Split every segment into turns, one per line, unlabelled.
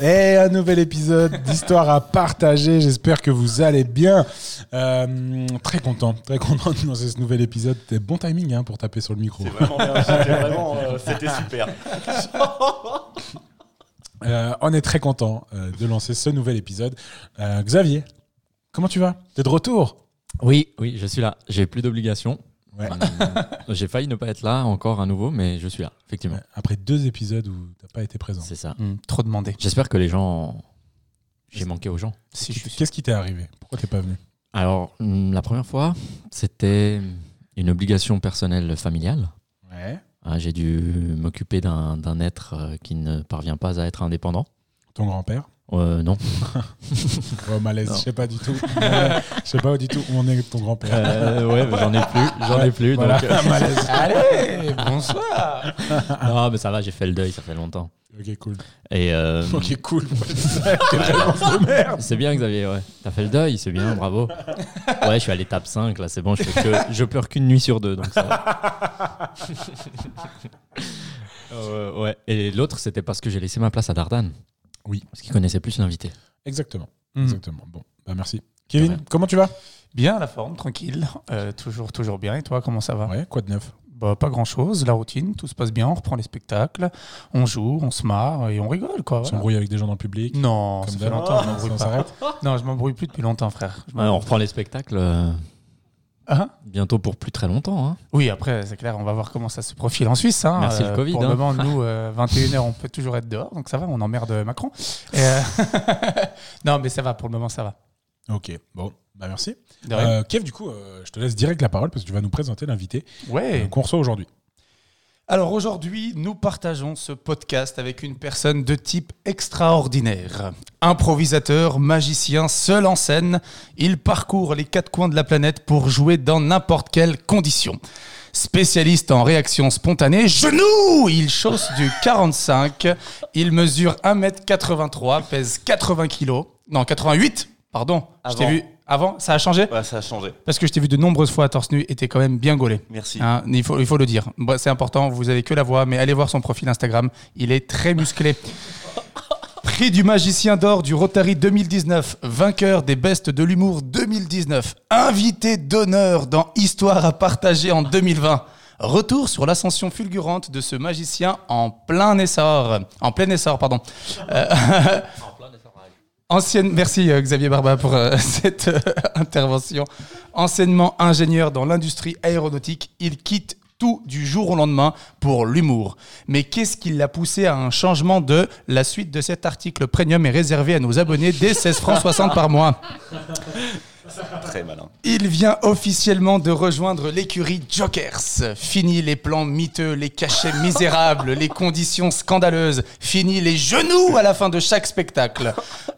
Et un nouvel épisode d'Histoire à partager. J'espère que vous allez bien. Euh, très content, très content de lancer ce nouvel épisode. C'était bon timing hein, pour taper sur le micro.
C'est vraiment bien, c'était vraiment, euh, c'était super.
Euh, on est très content euh, de lancer ce nouvel épisode. Euh, Xavier, comment tu vas T'es de retour
Oui, oui, je suis là. J'ai plus d'obligations.
Ouais.
Euh, J'ai failli ne pas être là encore à nouveau, mais je suis là, effectivement.
Après deux épisodes où t'as pas été présent.
C'est ça.
Hmm, trop demandé.
J'espère que les gens. J'ai manqué aux gens.
Si je suis
Qu'est-ce qui t'est arrivé Pourquoi t'es pas venu
Alors, hum, la première fois, c'était une obligation personnelle familiale.
Ouais.
Hein, J'ai dû m'occuper d'un d'un être euh, qui ne parvient pas à être indépendant.
Ton grand-père
Euh, non.
Oh, malaise,
Non.
je sais pas du tout. Ouais, je sais pas du tout où on est ton grand-père.
Euh, ouais, mais j'en ai plus. J'en ai plus.
Voilà,
donc, euh,
malaise.
Allez, bonsoir.
non, mais ça va, j'ai fait le deuil, ça fait longtemps.
Ok, cool.
Et euh,
Ok, cool. Quelle réponse de merde
C'est bien, Xavier, ouais. T'as fait le deuil, c'est bien, bravo. Ouais, je suis à l'étape 5, là, c'est bon, je, fais que- je pleure qu'une nuit sur deux, donc ça va. Euh, ouais, et l'autre, c'était parce que j'ai laissé ma place à Dardan.
Oui.
Parce qu'il connaissait plus l'invité.
Exactement.
Hmm.
Exactement. Bon, bah merci. Kevin,
rien.
comment tu vas
Bien la forme, tranquille. Euh, toujours, toujours bien. Et toi, comment ça va
Ouais, quoi de neuf
bah, Pas grand chose. La routine, tout se passe bien. On reprend les spectacles. On joue, on se marre et on rigole, quoi.
On
voilà.
s'embrouille avec des gens dans le public
Non,
Comme
ça fait
d'hab.
longtemps. que je
Ah,
m'embrouille
ça, on
pas.
s'arrête Ah
Non, je m'embrouille plus depuis longtemps, frère. Je
Ouais, on
m'embrouille-
reprend les spectacles euh, Ah,
Hein
bientôt pour plus très longtemps. hein.
oui, après, c'est clair, on va voir comment ça se profile en Suisse. hein.
Merci le Covid,
Pour le
hein.
moment, nous, euh, 21h, on peut toujours être dehors, donc ça va, on emmerde Macron. Et, euh, non, mais ça va, pour le moment, ça va.
Ok, bon, bah merci.
De rien.
Euh, Kev, du coup, euh, je te laisse direct la parole parce que tu vas nous présenter l'invité
ouais.
euh, qu'on reçoit aujourd'hui.
Alors aujourd'hui, nous partageons ce podcast avec une personne de type extraordinaire. Improvisateur, magicien, seul en scène, il parcourt les quatre coins de la planète pour jouer dans n'importe quelle condition. Spécialiste en réaction spontanée, genou Il chausse du 45, il mesure 1m83, pèse 80 kg, non 88, pardon, je t'ai
Avant.
vu avant, ça a changé
Ouais, ça a changé.
Parce que je t'ai vu de nombreuses fois à torse nu et t'es quand même bien gaulé.
Merci.
Hein, il, faut, il faut le dire. Bon, c'est important, vous avez que la voix, mais allez voir son profil Instagram. Il est très musclé. Prix du magicien d'or du Rotary 2019, vainqueur des Bestes de l'humour 2019, invité d'honneur dans Histoire à partager en 2020. Retour sur l'ascension fulgurante de ce magicien en plein essor. En plein essor, pardon. Euh, Ancienne, merci euh, Xavier Barba pour euh, cette euh, intervention. Anciennement ingénieur dans l'industrie aéronautique, il quitte tout du jour au lendemain pour l'humour. Mais qu'est-ce qui l'a poussé à un changement de La suite de cet article premium est réservée à nos abonnés dès 16 francs 60 par mois.
Très malin.
Il vient officiellement de rejoindre l'écurie Jokers. Fini les plans miteux, les cachets misérables, les conditions scandaleuses. Fini les genoux à la fin de chaque spectacle.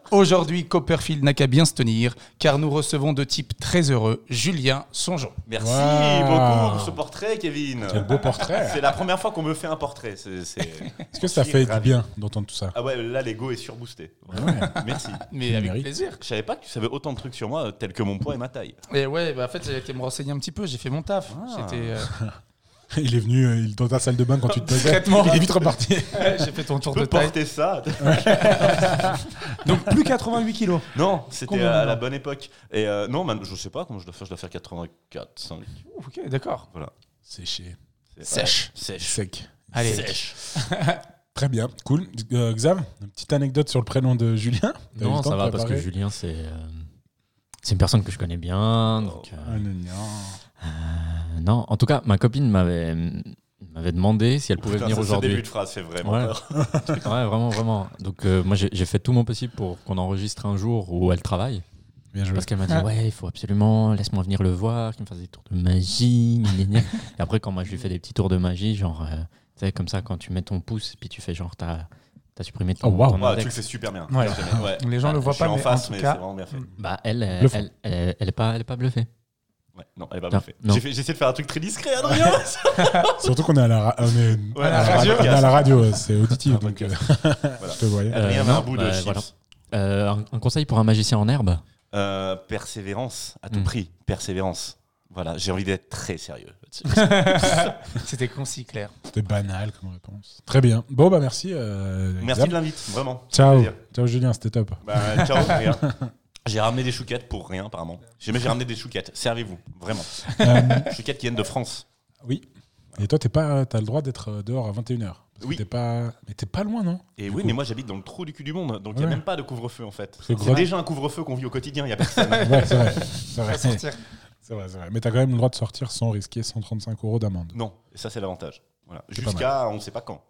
Aujourd'hui, Copperfield n'a qu'à bien se tenir, car nous recevons de type très heureux Julien Songeon.
Merci
Wow.
beaucoup pour ce portrait, Kevin.
Quel beau portrait
C'est la première fois qu'on me fait un portrait. c'est- c'est-
Est-ce que ça
Je suis
fait du
ravi.
bien d'entendre tout ça
Ah ouais, là, l'ego est surboosté.
Ouais.
Merci.
Mais
Il
avec
mérite.
plaisir.
Je savais pas que tu savais autant de trucs sur moi, tel que mon poids et ma taille.
Et ouais, bah en fait, j'ai été me renseigner un petit peu, j'ai fait mon taf. J'étais, euh,
Il est venu euh, il- dans ta salle de bain quand tu te posais.
Discrètement.
Il est vite reparti.
euh, j'ai fait ton tour
Tu
de
peux
taille.
porter ça
Donc plus 88 kilos.
Non, c'était
Combien
à
maintenant
la bonne époque. Et euh, non, maintenant, je sais pas comment je dois faire. Je dois faire 84, 5.
Ouh, ok, d'accord.
Séché.
Sèche.
Sèche.
Sec.
Allez.
Sèche.
Très bien, cool. Euh, Xav, une petite anecdote sur le prénom de Julien T'as eu
Non,
le temps
ça
de
va, parce que
préparer
Julien, c'est euh, c'est une personne que je connais bien. donc, euh,
Ah, non, non.
euh, non, en tout cas, ma copine m'avait m'avait demandé si elle pouvait
Putain,
venir
ça, ce
aujourd'hui.
début de phrase, c'est vraiment
Ouais.
peur.
Ouais, vraiment, vraiment. Donc, euh, moi, j'ai j'ai fait tout mon possible pour qu'on enregistre un jour où elle travaille.
Bien joué.
Parce qu'elle m'a dit,
Ah.
ouais, il faut absolument, laisse-moi venir le voir, qu'il me fasse des tours de magie. gna, gna, gna. Et après, quand moi, je lui fais des petits tours de magie, genre, euh, tu sais, comme ça, quand tu mets ton pouce, puis tu fais genre ta, T'as supprimé ton,
Oh, wow.
ton
Ouais, tu le
index.
fais super bien.
Ouais.
J'aimais, ouais.
Les gens
Ah,
le voient
je
pas,
suis en
mais
face,
en tout
mais
cas-
c'est vraiment bien fait.
Bah, elle, euh,
Le fond.
elle, elle, est- elle est pas, elle est pas bluffée.
Ouais, non, elle est pas
Non,
bien fait.
non.
J'ai fait- j'ai essayé de faire un truc très discret, Adrien.
Surtout qu'on est à la, ra- on est
Ouais,
à
à la radio.
on est à la radio, euh, c'est auditif.
Un
donc, euh,
podcast.
je te voyais.
Euh,
Adrien avait
non,
un bout de
bah,
chips.
voilà. Euh, un, un conseil pour un magicien en herbe
Euh, persévérance, à tout
Mm.
prix. Persévérance. Voilà, j'ai envie d'être très sérieux. là-dessus.
C'était concis, clair.
C'était banal comme réponse. Très bien. Bon, bah merci. euh,
Merci
Xav.
de l'invite, vraiment.
Ciao.
plaisir.
Ciao Julien, c'était top.
Bah, ciao, rien. J'ai ramené des chouquettes pour rien, apparemment. J'ai mais j'ai ramené des chouquettes. Servez-vous, vraiment.
Euh,
Chouquettes qui viennent de France.
oui. Et toi, t'es pas, t'as le droit d'être euh, dehors à 21h.
Oui.
T'es pas, mais t'es pas loin, non
Et
Du
oui,
coup.
mais moi j'habite dans le trou du cul du monde, donc il n'y
Ouais.
a même pas de couvre-feu en fait.
C'est
C'est
grave.
déjà un couvre-feu qu'on vit au quotidien, il n'y a personne.
Ouais, c'est vrai. C'est vrai.
Faut sortir.
C'est vrai, c'est vrai. Mais t'as quand même le droit de sortir sans risquer 135 euros d'amende.
non, et ça c'est l'avantage. Voilà.
C'est pas
Jusqu'à on ne sait pas quand.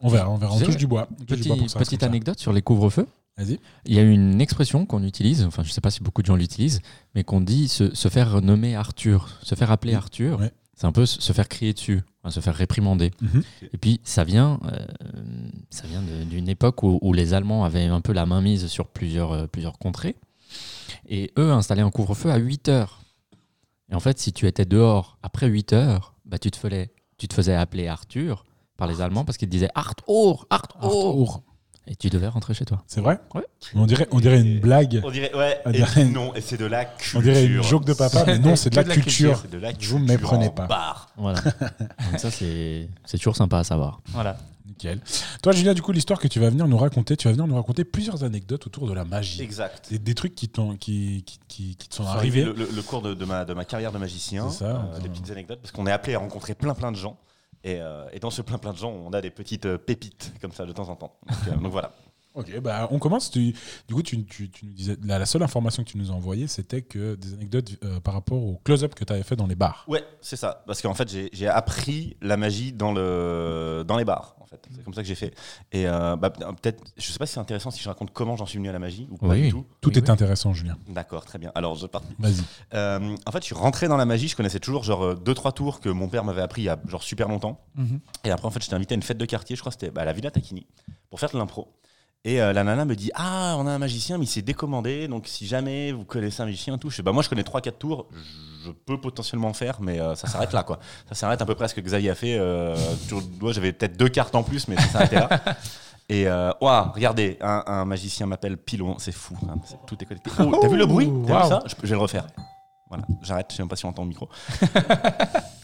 On verra, on verra. On
Tu sais,
touche du bois. On touche du
Petit-
bois pour que ça reste
Petite
comme ça.
anecdote sur les couvre-feux.
Vas-y.
Il y a une expression qu'on utilise, enfin je sais pas si beaucoup de gens l'utilisent, mais qu'on dit se, se faire nommer Arthur, se faire appeler Arthur,
Ouais.
c'est un peu se se faire crier dessus, hein, se faire réprimander.
Mhm.
Et puis ça vient, euh, ça vient de- d'une époque où, où les Allemands avaient un peu la main mise sur plusieurs, euh, plusieurs contrées, et eux installaient un couvre-feu à 8 heures. Et en fait, si tu étais dehors après 8 heures, bah, tu, te faisais, tu te faisais appeler Arthur par les Allemands parce qu'ils te disaient Arthur, Arthur,
Arthur.
et tu devais rentrer chez toi.
C'est vrai
Ouais.
On dirait, on dirait une blague.
On dirait, ouais,
On
et
dirait-
non, et c'est de la culture.
On dirait une joke de papa, mais non, c'est de la
Que de la
culture.
C'est de la
Je vous
culture.
méprenez
en
pas.
barre.
Voilà. Donc ça, c'est c'est toujours sympa à savoir.
Voilà.
Nickel. Toi, Julien, du coup, l'histoire que tu vas venir nous raconter, tu vas venir nous raconter plusieurs anecdotes autour de la magie.
Exact.
Des, des trucs qui, t'ont- qui, qui, qui, qui te sont
Sur
arrivés.
Le, le- le cours de, de ma, de ma carrière de magicien,
C'est ça,
euh,
enfin.
des petites anecdotes, parce qu'on est appelé à rencontrer plein plein de gens. Et, euh, et dans ce plein plein de gens, on a des petites euh, pépites comme ça de temps en temps. Donc, euh, donc voilà.
Ok, bah on commence. Tu- du coup, tu, tu- tu nous disais, la, la seule information que tu nous as envoyée, c'était que des anecdotes euh, par rapport au close-up que tu avais fait dans les bars.
Ouais, c'est ça. Parce qu'en fait, j'ai- j'ai appris la magie dans, le, dans les bars. En fait. C'est comme ça que j'ai fait. Et euh, bah, peut-être, je sais pas si c'est intéressant si je raconte comment j'en suis venu à la magie ou pas
Oui.
du tout.
Tout
Oui,
est
oui.
intéressant, Julien.
D'accord, très bien. Alors, je pars.
Vas-y.
Euh, en fait, je suis rentré dans la magie. Je connaissais toujours genre euh, deux trois tours que mon père m'avait appris il y a genre super longtemps.
Mhm.
Et après, en fait, j'étais invité à une fête de quartier. Je crois que c'était bah, à la Villa Tacchini pour faire de l'impro. Et euh, la nana me dit ah on a un magicien mais il s'est décommandé donc si jamais vous connaissez un magicien et tout je fais, bah moi je connais trois quatre tours je peux potentiellement faire mais euh, ça s'arrête là quoi ça s'arrête à peu près à ce que Xavier a fait euh, sur le doigt, j'avais peut-être deux cartes en plus mais ça s'arrêtait là et euh, ouah, regardez un, un magicien m'appelle Pilon c'est fou hein, c'est- tout est connecté Oh, t'as vu le bruit t'as
Wow.
vu ça je, peux- je vais le refaire voilà j'arrête je sais même pas si on entend le micro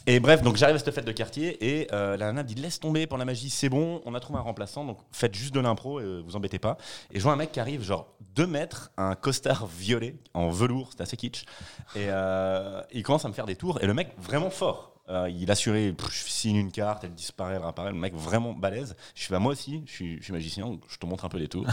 et bref, donc j'arrive à cette fête de quartier et euh, la nana me dit laisse tomber pour la magie, c'est bon, on a trouvé un remplaçant, donc faites juste de l'impro, et, euh, vous embêtez pas. Et je vois un mec qui arrive, genre 2 mètres, un costard violet en velours, c'est assez kitsch. Et euh, il commence à me faire des tours. Et le mec, vraiment fort. Euh, il assurait, pff, je signe une carte, elle disparaît, elle réapparaît. Le mec, vraiment balèze. Je suis, bah, moi aussi, je suis, je suis magicien, donc je te montre un peu les tours.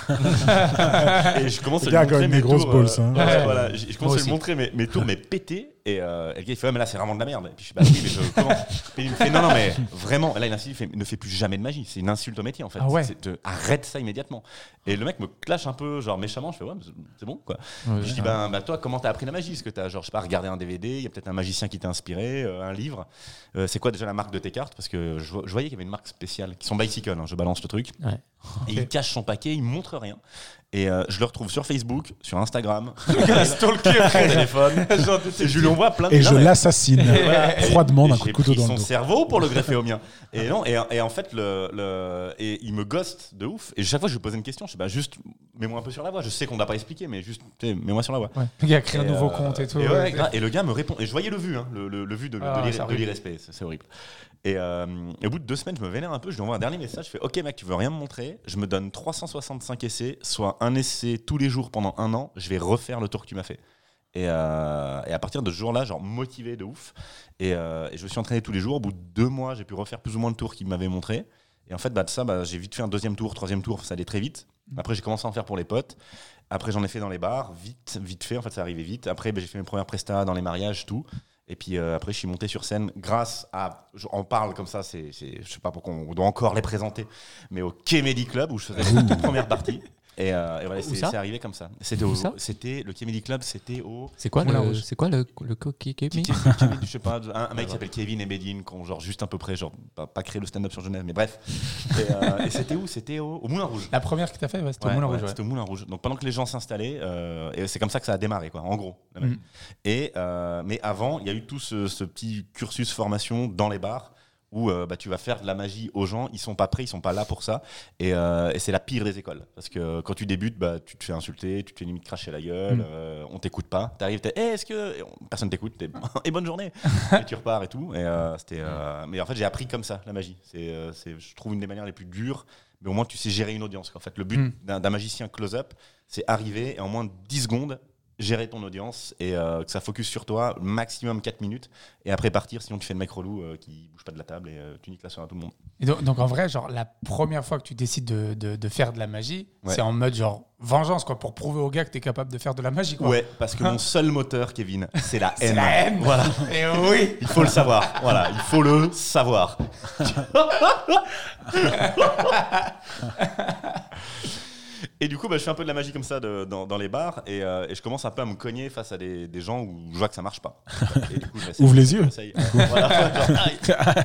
et je commence à
Le
lui
gars a quand
montrer
même
mes
des grosses
tours.
balls,
euh,
hein.
ouais,
Ouais.
voilà. Je, je
Moi
commence à
aussi.
lui montrer mes, mes tours, mais pétés. Et euh, et le gars, il fait, ouais, mais là, c'est vraiment de la merde. Et puis je suis, bah oui, mais je commence. Et il me fait, non, non, mais vraiment. Et là, il insiste, il fait, ne fais plus jamais de magie. C'est une insulte au métier, en fait.
Ah ouais.
C'est- te- arrête ça immédiatement. Et le mec me clash un peu, genre méchamment. Je fais, ouais, mais c'est- c'est bon, quoi. Je dis, ben, bah, toi, comment t'as appris la magie Est-ce que t'as, genre, je sais pas, regardé un DVD Il y a peut-être un magicien qui t'a inspiré, euh, un livre. Euh, c'est quoi déjà la marque de tes cartes Parce que je, vo- je voyais qu'il y avait une marque spéciale, qui sont Bicycle, hein, je balance le truc.
Ouais.
Et il cache son paquet, il montre rien. Et euh, je le retrouve sur Facebook, sur Instagram,
Stalker
sur mon téléphone.
Genre,
Et je lui envoie plein de
Et
Non,
je
Ah, mais-
l'assassine
voilà.
froidement
Et
d'un coup
j'ai
de couteau
pris
dans le
son
dos.
cerveau pour le greffer au mien. Et non, et, et en fait, le, le- et il me ghost de ouf. Et chaque fois, je lui posais une question. Je sais pas, juste mets-moi un peu sur la voie. Je sais qu'on n'a pas expliqué, mais juste tu sais, mets-moi sur la voie.
Le gars crée un
Et,
nouveau
euh,
compte et tout.
Et, ouais,
ouais.
grave. Et le gars me répond. Et je voyais le vu, hein, le, le- le vu de, de
Ah,
l'ir-
c'est
de
horrible.
l'irrespect. C'est c'est horrible. Et, euh, et au bout de deux semaines, je me vénère un peu. Je lui envoie un dernier message. Je fais Ok, mec, tu veux rien me montrer Je me donne 365 essais, soit un essai tous les jours pendant un an. Je vais refaire le tour que tu m'as fait. Et, euh, et à partir de ce jour-là, genre motivé de ouf. Et, euh, et je me suis entraîné tous les jours. Au bout de deux mois, j'ai pu refaire plus ou moins le tour qu'il m'avait montré. Et en fait, bah, de ça, bah, j'ai vite fait un deuxième tour, troisième tour. Ça allait très vite.
Mmh.
Après, j'ai commencé à en faire pour les potes. Après, j'en ai fait dans les bars, vite, vite fait. En fait, ça arrivait vite. Après, bah, j'ai fait mes premières prestas dans les mariages, tout. Et puis euh, après, je suis monté sur scène grâce à. On parle comme ça, c'est, c'est- je sais pas pourquoi on doit encore les présenter, mais au Kemedy Club où je faisais la toute première partie. Et, euh, et voilà,
Où
c'est
ça
c'est arrivé comme ça. C'était au-
Où ça
c'était le Comedy Club, c'était au.
C'est quoi,
Moulin
le,
Rouge.
c'est quoi le, le coquille Kemi
Kevin, je sais pas, un, un mec qui s'appelle Kevin et Medine, qui ont genre juste à peu près, genre pas, pas créé le stand-up sur Genève, mais bref. Et, euh, et c'était où C'était au, au Moulin Rouge.
La première que t'as fait, ouais, c'était
Ouais,
au Moulin
ouais,
Rouge. ouais.
C'était au Moulin Rouge. Donc pendant que les gens s'installaient, euh, et c'est comme ça que ça a démarré, quoi, en gros. la même.
Mm.
Et, euh, mais avant, il y a eu tout ce, ce petit cursus formation dans les bars où euh, bah, tu vas faire de la magie aux gens, ils sont pas prêts, ils sont pas là pour ça. Et, euh, et c'est la pire des écoles. Parce que quand tu débutes, bah, tu te fais insulter, tu te fais limite cracher la gueule,
Mm.
euh, on t'écoute pas. T'arrives, t'es, Eh, est-ce que. et on- personne t'écoute, t'es, et bonne journée. et tu repars et tout. Et, euh, c'était, euh, mais en fait, j'ai appris comme ça la magie. C'est, euh, c'est, je trouve, une des manières les plus dures. Mais au moins, tu sais gérer une audience. En fait, le but
Mm.
d'un, d'un magicien close-up, c'est arriver et en moins de 10 secondes, gérer ton audience et euh, que ça focus sur toi, maximum 4 minutes. Et après partir, sinon tu fais le mec relou euh, qui bouge pas de la table et euh, tu niques la soirée à tout le monde.
Et donc, donc en vrai, genre la première fois que tu décides de, de- de faire de la magie,
Ouais.
c'est en mode genre vengeance quoi, pour prouver au gars que t'es capable de faire de la magie quoi.
Ouais, parce que mon seul moteur, Kevin, c'est la
C'est
haine.
la haine.
Voilà.
Et oui.
Il faut le savoir. Voilà, il faut le savoir. Et du coup, bah, je fais un peu de la magie comme ça de- dans, dans les bars et, euh, et je commence un peu à me cogner face à des, des gens où je vois que ça marche pas. Et du coup, je vais
Ouvre les
essayer,
yeux.
j'essaye. Voilà, genre, aïe.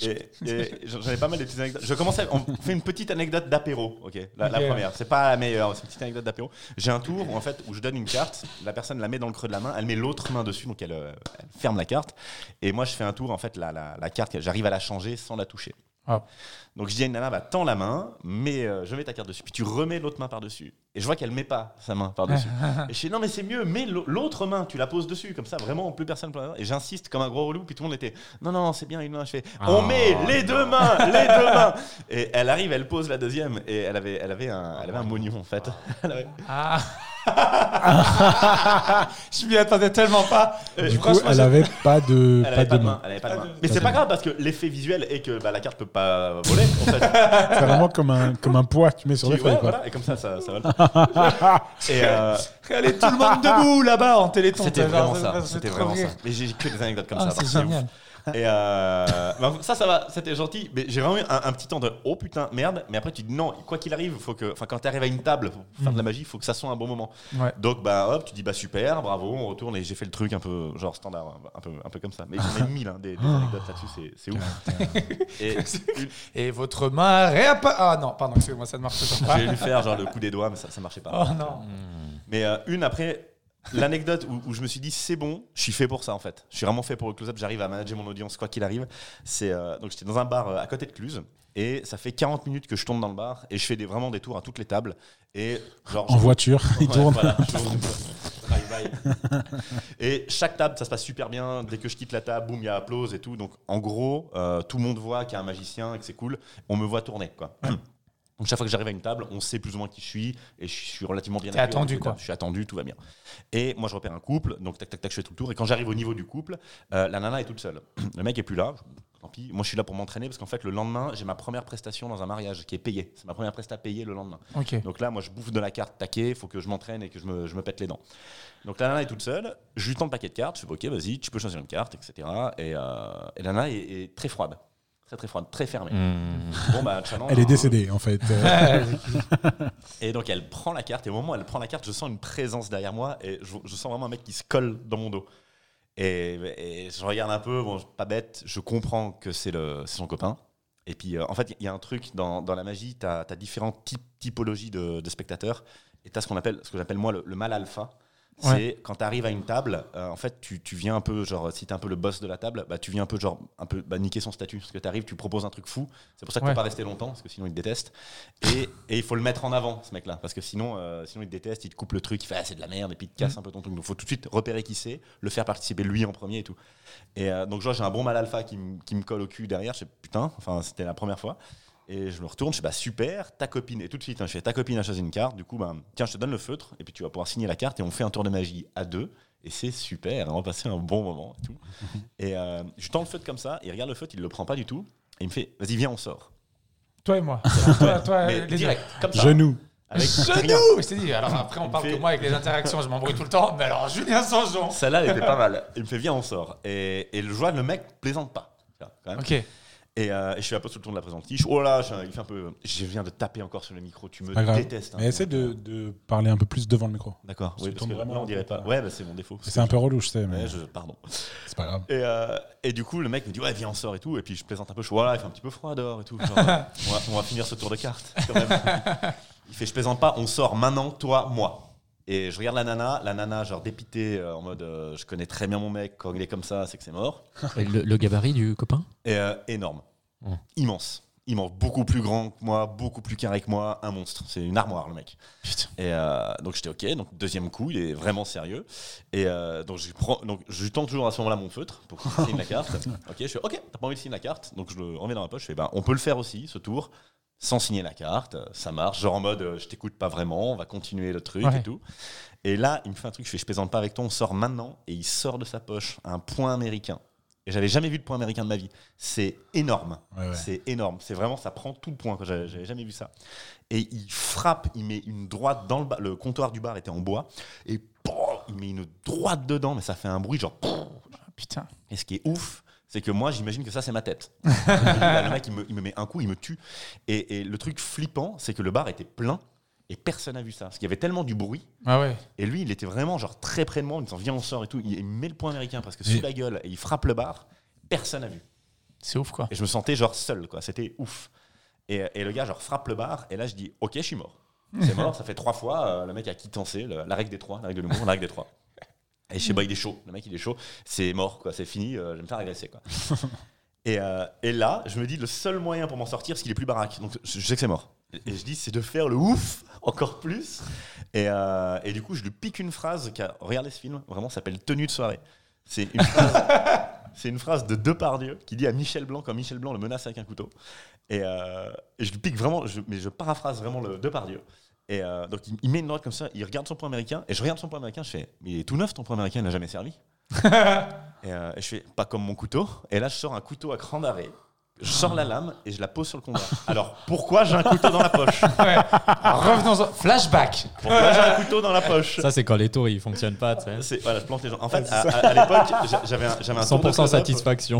Et- et j'en avais pas mal de petites anecdotes. Je commençais, on fait une petite anecdote d'apéro, ok la, la
Ok.
première, c'est pas la meilleure, c'est une petite anecdote d'apéro. J'ai un tour où, en fait, où je donne une carte, la personne la met dans le creux de la main, elle met l'autre main dessus, donc elle, euh, elle ferme la carte. Et moi, je fais un tour, en fait, la, la, la carte, j'arrive à la changer sans la toucher.
Ah.
Donc je dis à une nana, bah, tends la main, mais euh, je mets ta carte dessus. Puis tu remets l'autre main par-dessus. Et je vois qu'elle met pas sa main par-dessus. et je dis, non, mais c'est mieux, mets l'au- l'autre main, tu la poses dessus. Comme ça, vraiment, plus personne. peut la- Et j'insiste comme un gros relou. Puis tout le monde était, non, non, c'est bien une main. Je fais, on
Ah.
met les deux mains, les deux mains. Et elle arrive, elle pose la deuxième. Et elle avait, elle avait, un, elle avait un moignon, en fait. Elle avait-
Ah. je m'y attendais tellement pas.
Euh, Du coup,
Franchement,
elle
j'ai-
avait pas de,
Elle
pas
avait pas
de
de
main.
main. elle avait pas de main. Mais c'est pas grave parce que l'effet visuel est que bah, la carte peut pas voler. En fait.
C'est vraiment comme un, comme un poids que tu mets sur
Tu-
les feuilles.
ouais,
quoi.
voilà. Et comme ça, ça, ça vole. et, euh,
Regardez tout le monde debout là-bas en téléthon.
C'était
t'as
vraiment
genre, ça
ça.
me fait
C'était
trop
vraiment ça.
rire.
Mais j'ai j'ai que des anecdotes comme
Ah,
ça.
c'est
parce que
génial.
ouf. Et euh, bah, ça, ça va. C'était gentil. Mais j'ai vraiment eu un, un petit temps de oh putain merde. Mais après tu dis non. Quoi qu'il arrive, faut que. Enfin, quand t'arrives à une table pour faire de la magie, faut que ça soit un bon moment.
Mm. Ouais.
Donc bah hop, tu dis bah super, bravo, on retourne et j'ai fait le truc un peu genre standard, un peu un peu comme ça. Mais j'en ai mille hein, des, des anecdotes là-dessus. c'est- C'est ouf. Et une-
Et votre main réapparaît. Ah non, pardon, excusez-moi, ça ne marche toujours pas.
j'ai dû faire genre le coup des doigts, mais ça, ça marchait pas.
Oh non.
Mais euh, une après, l'anecdote où, où je me suis dit c'est bon, je suis fait pour ça en fait. Je suis vraiment fait pour le close-up, j'arrive à manager mon audience quoi qu'il arrive. C'est euh, donc j'étais dans un bar euh, à côté de Cluse et ça fait 40 minutes que je tourne dans le bar et je fais des, vraiment des tours à toutes les tables et genre
En
je-
voiture, il
Ouais,
tourne.
voilà, je tourne, quoi. Bye bye. et chaque table, ça se passe super bien. Dès que je quitte la table, boum, il y a applause et tout. Donc en gros, euh, tout le monde voit qu'il y a un magicien et que c'est cool. On me voit tourner. Quoi. Donc chaque fois que j'arrive à une table, on sait plus ou moins qui je suis et je suis relativement bien
T'es
accueilli.
attendu, quoi.
Je suis attendu, tout va bien. Et moi je repère un couple, donc tac tac tac, je fais tout le tour. Et quand j'arrive au niveau du couple, euh, la nana est toute seule. Le mec est plus là. Tant pis. Moi je suis là pour m'entraîner parce qu'en fait le lendemain j'ai ma première prestation dans un mariage qui est payée. C'est ma première presta payée le lendemain.
Ok.
Donc là, moi, je bouffe de la carte taquet, il faut que je m'entraîne et que je me, je me pète les dents. Donc la nana est toute seule, je lui tends le paquet de cartes, je fais OK, vas-y, tu peux choisir une carte, etc. Et, euh, et la nana est, est très froide, très très froide, très fermée. Bon, bah, challenge.
Elle est décédée, en fait. Euh,
Et donc elle prend la carte, et au moment où elle prend la carte, je sens une présence derrière moi, et je, je sens vraiment un mec qui se colle dans mon dos. Et, et je regarde un peu, bon, je- pas bête, je comprends que c'est le- c'est son copain. Et puis, euh, en fait, il y a un truc dans, dans la magie, tu as, différentes types, typologies de, de spectateurs, et tu as ce qu'on appelle, ce que j'appelle moi le, le mal alpha. C'est quand tu arrives à une table, euh, en fait, tu, tu viens un peu, genre, si tu es un peu le boss de la table, bah, tu viens un peu, genre, un peu bah, niquer son statut. Parce que tu arrives, tu proposes un truc fou. C'est pour ça que
Ouais.
tu pas rester longtemps, parce que sinon, il te déteste. Et, et il faut le mettre en avant, ce mec-là. Parce que sinon, euh, sinon, il te déteste, il te coupe le truc, il fait ah, c'est de la merde, et puis il te casse un peu ton truc. Donc il faut tout de suite repérer qui c'est, le faire participer lui en premier et tout. Et euh, donc, genre, j'ai un bon mal alpha qui, me- qui me colle au cul derrière. Je sais, putain, enfin, c'était la première fois. Et je me retourne, je fais bah super, ta copine, et tout de suite, hein, je fais ta copine a choisi une carte, du coup, bah, tiens, je te donne le feutre, et puis tu vas pouvoir signer la carte, et on fait un tour de magie à deux, et c'est super, on va passer un bon moment et tout. et euh, je tends le feutre comme ça, et il regarde le feutre, il le prend pas du tout, et il me fait, vas-y, viens, on sort.
Toi et moi. toi, toi,
Mais
Euh, les deux.
direct, comme ça.
Genoux.
Avec rien.
Genou Je t'ai dit, alors après on
Il
parle
fait-
que moi avec les interactions, je m'embrouille tout le temps, mais alors Julien Sanjon
Celle-là, elle était pas mal. Il me fait, viens, on sort. Et, et le joie, le mec plaisante pas. Tu vois, quand même.
Ok.
Et, euh, et je suis un peu sous le ton de la présence. Je- Oh là, je, il fait un peu. Je viens de taper encore sur le micro. Tu me
Pas grave.
détestes. hein.
Mais essaie de, de parler un peu plus devant le micro.
D'accord.
Parce que
Oui, parce que
tombe
là,
vraiment
on dirait
dans
pas.
le-
Ouais, bah, c'est mon défaut.
C'est un peu relou, je sais, mais
Ouais, je- pardon.
c'est pas grave.
Et, euh, et du coup, le mec me dit Ouais, viens, on sort et tout. Et puis je plaisante un peu. Je suis Voilà, il fait un petit peu froid dehors et tout. Genre, euh, on, va, on va finir ce tour de cartes quand même. il fait Je plaisante pas, on sort maintenant, toi, moi. Et je regarde la nana, la nana, genre dépitée, euh, en mode euh, Je connais très bien mon mec, quand il est comme ça, c'est que c'est mort.
Et le, le gabarit du copain
Et euh, énorme.
Ouais.
Immense. Immense. Beaucoup plus grand que moi, beaucoup plus carré que moi. Un monstre. C'est une armoire, le mec. Et euh, donc j'étais OK. Donc deuxième coup, il est vraiment sérieux. Et euh, donc, je prends, donc je tends toujours à ce moment-là mon feutre pour qu'il signe la carte. OK, je fais OK, t'as pas envie de signer la carte. Donc je le remets dans ma poche. Je fais bah, on peut le faire aussi, ce tour, sans signer la carte. Ça marche. Genre en mode euh, je t'écoute pas vraiment, on va continuer le truc
Ouais.
et tout. Et là, il me fait un truc. Je fais je plaisante pas avec toi, on sort maintenant. Et il sort de sa poche un point américain. Et j'avais jamais vu de point américain de ma vie. C'est énorme.
Ouais, ouais.
C'est énorme. C'est vraiment, ça prend tout le point. quoi. J'avais j'avais jamais vu ça. Et il frappe, il met une droite dans le bar. Le comptoir du bar était en bois. Et boum, il met une droite dedans, mais ça fait un bruit genre. boum.
Putain.
Et ce qui est ouf, c'est que moi, j'imagine que ça, c'est ma tête. Je me dis, bah, le mec, il me, il me met un coup, il me tue. Et, et le truc flippant, c'est que le bar était plein et personne n'a vu ça. Parce qu'il y avait tellement du bruit.
Ah ouais.
Et lui, il était vraiment genre très près de moi en me disant Viens, on sort et tout. Il il met le point américain presque sous
Et-
la gueule et il frappe le bar. Personne n'a vu.
C'est ouf quoi.
Et je me sentais genre seul, quoi. C'était ouf. Et, et le gars, genre, frappe le bar. Et là, je dis, OK, je suis mort. C'est mort, ça fait trois fois. euh, le mec a quitté la règle des trois, la règle de l'humour, la règle des trois. Et je sais pas, il est chaud. Le mec, il est chaud. C'est mort, quoi. C'est fini. euh, je vais me faire agresser, quoi. et, euh, et là, je me dis, le seul moyen pour m'en sortir, c'est qu'il est plus baraque. Donc, je, je sais que c'est mort. Et je dis, c'est de faire le ouf encore plus. Et, euh, et du coup, je lui pique une phrase qui a, regardez ce film, vraiment, ça s'appelle Tenue de soirée. C'est une phrase c'est une phrase de Depardieu qui dit à Michel Blanc quand Michel Blanc le menace avec un couteau. Et, euh, et je lui pique vraiment, je- mais je paraphrase vraiment le Depardieu. Et euh, donc il, il met une droite comme ça, il regarde son point américain, et je regarde son point américain, je fais Mais il est tout neuf ton point américain, il n'a jamais servi. et, euh, et je fais Pas comme mon couteau. Et là, je sors un couteau à cran d'arrêt. Je sors la lame et je la pose sur le combat. Alors pourquoi j'ai un couteau dans la poche
Ouais. Revenons-en. Flashback.
Pourquoi j'ai un couteau dans la poche
Ça, c'est quand les tours ils fonctionnent pas, tu sais.
C'est- voilà, je plante les gens. En fait, à, à- à l'époque, j'a- j'avais un, j'avais un tour de
100%
close-up.
satisfaction.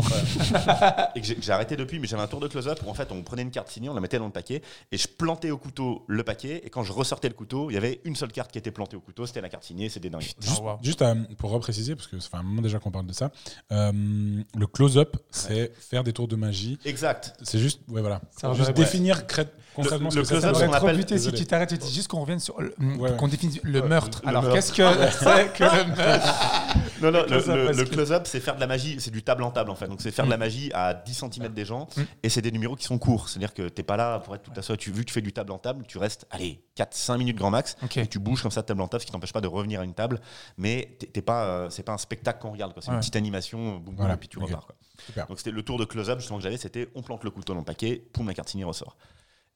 et que j'ai que j'ai arrêté depuis, mais j'avais un tour de close-up où en fait on prenait une carte signée, on la mettait dans le paquet et je plantais au couteau le paquet et quand je ressortais le couteau, il y avait une seule carte qui était plantée au couteau, c'était la carte signée, c'était dingue.
Juste,
Oh, wow.
juste à- pour repréciser, parce que ça fait un moment déjà qu'on parle de ça, euh, le close-up, c'est faire des tours de magie.
Exact.
C'est juste, ouais, voilà.
Ça va,
juste
ouais.
définir crête- concrètement
Le-
ce
le
que c'est.
close-up,
Ça
Ça,
aurait
on
trop
appelle-
buté si
désolé.
tu t'arrêtes et tu dis juste qu'on revienne sur le-
Ouais.
qu'on définisse le
Ouais,
meurtre.
le
Alors
meurtre.
qu'est-ce que c'est que le meurtre
Non, non, le,
close-up,
le-
parce
le
que-
close-up, Mm. c'est faire de la magie, c'est du table en table en fait. Donc c'est faire de la magie à 10 cm des gens et c'est des numéros qui sont courts. C'est-à-dire que t'es pas là pour être tout à soi. Tu, vu que tu fais du table en table, tu restes, allez, 4-5 minutes grand max.
Ok.
Et tu bouges comme ça de table en table, ce qui t'empêche pas de revenir à une table. Mais t'es- t'es pas, euh, c'est pas un spectacle qu'on regarde. quoi. C'est
Ouais.
une petite animation, boum, boum,
Voilà.
et puis tu
Ok.
repars. quoi.
Super.
Donc c'était le tour de close-up justement que j'avais, c'était on plante le couteau dans le paquet, poum, la carte signée ressort.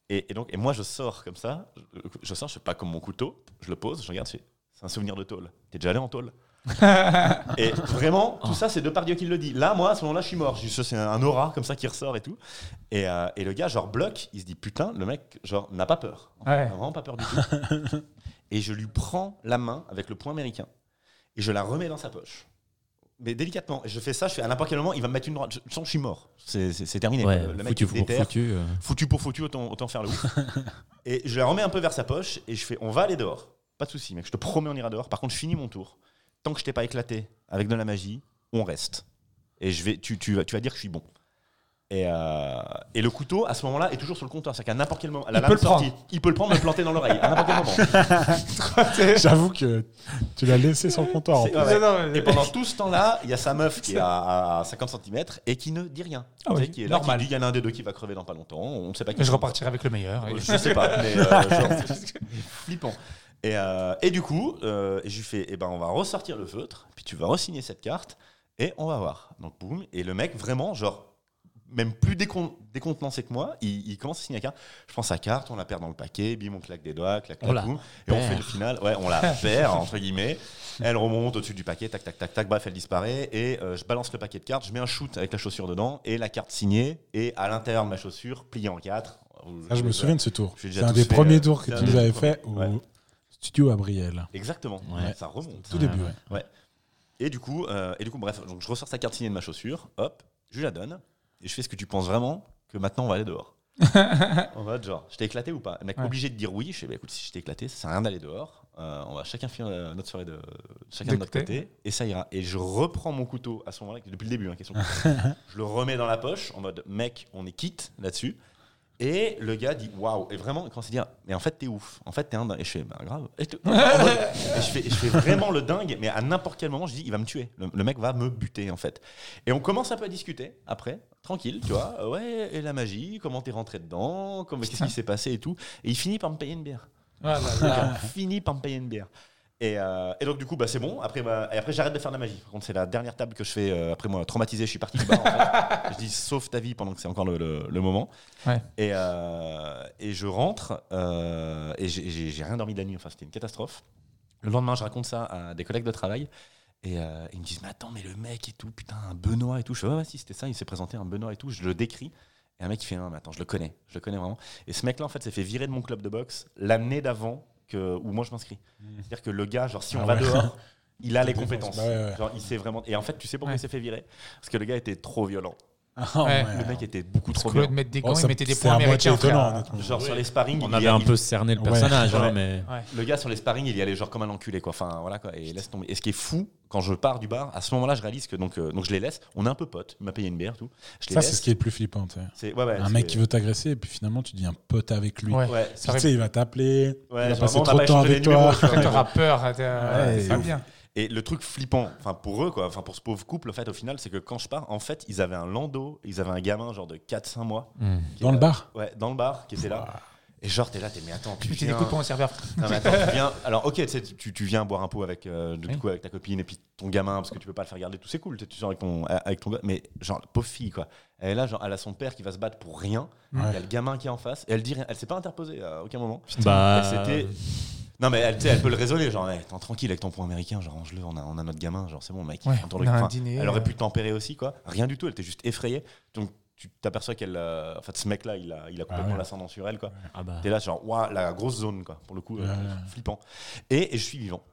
Et, et donc, et moi je sors comme ça, je, je sors, je fais pas comme mon couteau, je le pose, je regarde, je fais, c'est un souvenir de tôle. T'es déjà allé en tôle Et vraiment, tout ça c'est Depardieu qui le dit. Là, moi à ce moment-là, je suis mort. Je dis, ça, c'est un aura comme ça qui ressort et tout. Et, euh, et le gars, genre bloque, il se dit putain, le mec, genre, n'a pas peur.
Ouais.
Il a Vraiment pas peur du tout. et je lui prends la main avec le poing américain et je la remets dans sa poche. Mais délicatement, Et je fais ça, je fais à n'importe quel moment, il va me mettre une droite. Je, je sens que je suis mort. C'est c'est- c'est terminé.
Ouais,
Euh, le le mec
foutu
il
pour
déterre.
foutu. euh.
Foutu pour foutu, autant, autant faire le ouf. et je la remets un peu vers sa poche et je fais on va aller dehors. Pas de souci, mec, je te promets, on ira dehors. Par contre, je finis mon tour. Tant que je t'ai pas éclaté avec de la magie, on reste. Et je vais, tu, tu, vas- tu vas dire que je suis bon. Et, euh, et le couteau, à ce moment-là, est toujours sur le comptoir. C'est-à-dire qu'à n'importe quel moment, à la
Il peut
lame
le
sortie, il peut le prendre, me le planter dans l'oreille. À n'importe quel moment.
J'avoue que tu l'as laissé sur le comptoir. en
C'est-
plus.
ouais, ouais.
Non, non, mais-
Et pendant tout ce temps-là, il y a sa meuf qui est à, à 50 cm et qui ne dit rien.
Ah oui,
Tu sais, qui est là,
normal.
qui dit, il y en a un des deux qui va crever dans pas longtemps. On ne sait pas qui.
Je repartirai avec le meilleur.
Euh, Je sais pas, mais euh, genre, flippant. Et, euh, et du coup, euh, et je lui fais, eh ben, on va ressortir le feutre, puis tu vas resigner cette carte et on va voir. Donc boum. Et le mec, vraiment, genre, même plus décon- décontenancé que moi, il, il commence à signer la carte. Je prends sa carte, on la perd dans le paquet, bim, on claque des doigts, clac, clac,
On la
boum. Et on
perd.
fait le final. Ouais, on la perd, entre guillemets. Elle remonte au-dessus du paquet, tac, tac, tac, tac, bref, elle disparaît. Et euh, je balance le paquet de cartes, je mets un shoot avec la chaussure dedans et la carte signée. Et à l'intérieur de ma chaussure, pliée en quatre.
Ah, je me souviens de ce tour.
Je suis
C'est
déjà
un
tous
des
fait,
premiers
euh,
tours que
c'est
tu
un
nous
des
avais
premiers.
fait au
Ouais.
studio Abriel.
Exactement,
Ouais.
ça remonte.
Tout
Ouais,
début,
ouais.
ouais.
Et du coup, euh, et du coup bref, donc je ressors sa carte signée de ma chaussure, hop, je lui la donne. et je fais ce que tu penses vraiment que maintenant on va aller dehors. on va être genre, je t'ai éclaté ou pas Le mec
Ouais.
obligé de dire oui. Je fais, bah, écoute, si je t'ai éclaté, ça sert à rien d'aller dehors. Euh, on va chacun finir euh, notre soirée de chacun de
De
notre
côté.
côté et ça ira. Et je reprends mon couteau à ce moment-là, depuis le début, hein, question. je le remets dans la poche en mode, mec, on est quitte là-dessus. Et le gars dit waouh et vraiment il commence à dire mais en fait t'es ouf en fait t'es un dingue et je fais bah, grave et, tout. En mode- et je, fais, je fais vraiment le dingue mais à n'importe quel moment je dis il va me tuer le, le mec va me buter en fait et on commence un peu à discuter après tranquille tu vois Euh, ouais et la magie comment t'es rentré dedans comment qu'est-ce qui s'est passé et tout et il finit par me payer une bière le
Ah.
gars finit par me payer une bière et, euh, et donc du coup bah c'est bon après bah, et après j'arrête de faire de la magie par contre c'est la dernière table que je fais euh, après moi traumatisé je suis parti du bar en fait. je dis sauve ta vie pendant que c'est encore le- le- le moment et, euh, et je rentre euh, et j'ai- j'ai j'ai rien dormi de la nuit. Enfin, c'était une catastrophe. Le lendemain, je raconte ça à des collègues de travail. Et euh, ils me disent, mais attends, mais le mec et tout, putain, un Benoît et tout. Je fais, ouais, ouais, si, c'était ça, il s'est présenté, un Benoît et tout. Je le décris. Et un mec, il fait, non, mais attends, je le connais, je le connais vraiment. Et ce mec-là, en fait, s'est fait virer de mon club de boxe l'année d'avant que, où moi je m'inscris. C'est-à-dire que le gars, genre, si on
Ah
va
ouais.
dehors, il a
Toute
les
défense.
compétences.
Bah ouais, ouais.
Genre, il sait vraiment. Et en fait, tu sais pourquoi
Ouais.
il s'est fait virer Parce que le gars était trop violent.
Ah,
Ouais.
ouais.
Le mec était beaucoup trop
Parce que
violent.
l'autre mettre des
Bon,
gants,
Oh, ça-
il mettait des
c'est
points
à moitié hein,
américains.
étonnants,
frère.
honnêtement.
Genre sur les sparring,
On
il
avait
y a-
un
il-
peu cerné le
Ouais.
personnage, hein,
Ouais. Ah,
mais
Le gars sur les sparring, il y allait genre comme un enculé quoi. Enfin voilà quoi. Et laisse tomber. Et ce qui est fou, quand je pars du bar, à ce moment-là, je réalise que donc euh, donc je les laisse. On est un peu potes. Il m'a payé une bière tout. Je les
Ça,
laisse.
c'est ce qui est le plus flippant. tu sais.
C'est- ouais, ouais,
Un
c'est-
mec qui veut t'agresser et puis finalement tu deviens pote avec lui.
Ouais.
Ouais. Ouais,
Puis, tu sais, il va t'appeler, il va
genre,
passer
bon, on a
trop de
pas
temps
échangé
avec
les
toi.
numéros, tu vois.
Quand t'auras peur, t'es-
Ouais,
c'est
c'est
pas
ouf.
bien.
Et le truc flippant, enfin pour eux quoi, enfin pour ce pauvre couple en fait au final, c'est que quand je pars, en fait ils avaient un landau, ils avaient un gamin genre de 4-5 mois
Hmm.
qui
Dans
est
le
là-
bar.
Ouais, dans le bar qui était là. Et genre t'es là, t'es mais attends,
Tu
tu
mettais des
viens-
coups de poing au serveur.
Non, mais attends, tu viens. Alors, ok, tu, sais, tu, tu viens boire un pot avec, euh, du
Oui.
coup, avec ta copine et puis ton gamin, parce que tu peux pas le faire garder, tout c'est cool, tu sais, tu sors avec ton, avec ton gars, mais genre, la pauvre fille, quoi. Elle est là, genre, elle a son père qui va se battre pour rien, il y a
Ouais.
le gamin qui est en face, et elle dit rien, elle s'est pas interposée euh, à aucun moment.
Bah,
Et C'était. Non, mais elle, tu sais, elle peut le raisonner, genre, hey, t'es tranquille avec ton point américain, genre, range-le, on a, on a notre gamin, genre, c'est bon, mec, il
Ouais,
fait un tour
on
de-
a un
enfin,
dîner,
Elle aurait
euh.
pu tempérer aussi, quoi. Rien du tout, elle était juste effrayée. Donc, tu t'aperçois qu'elle. euh, en fait, ce mec-là, il a, il a
Bah
complètement
ouais.
l'ascendant sur elle, quoi.
ah bah.
T'es là, genre, ouah, la grosse zone, quoi, pour le coup, euh,
Ouais.
flippant. Et, et je suis vivant.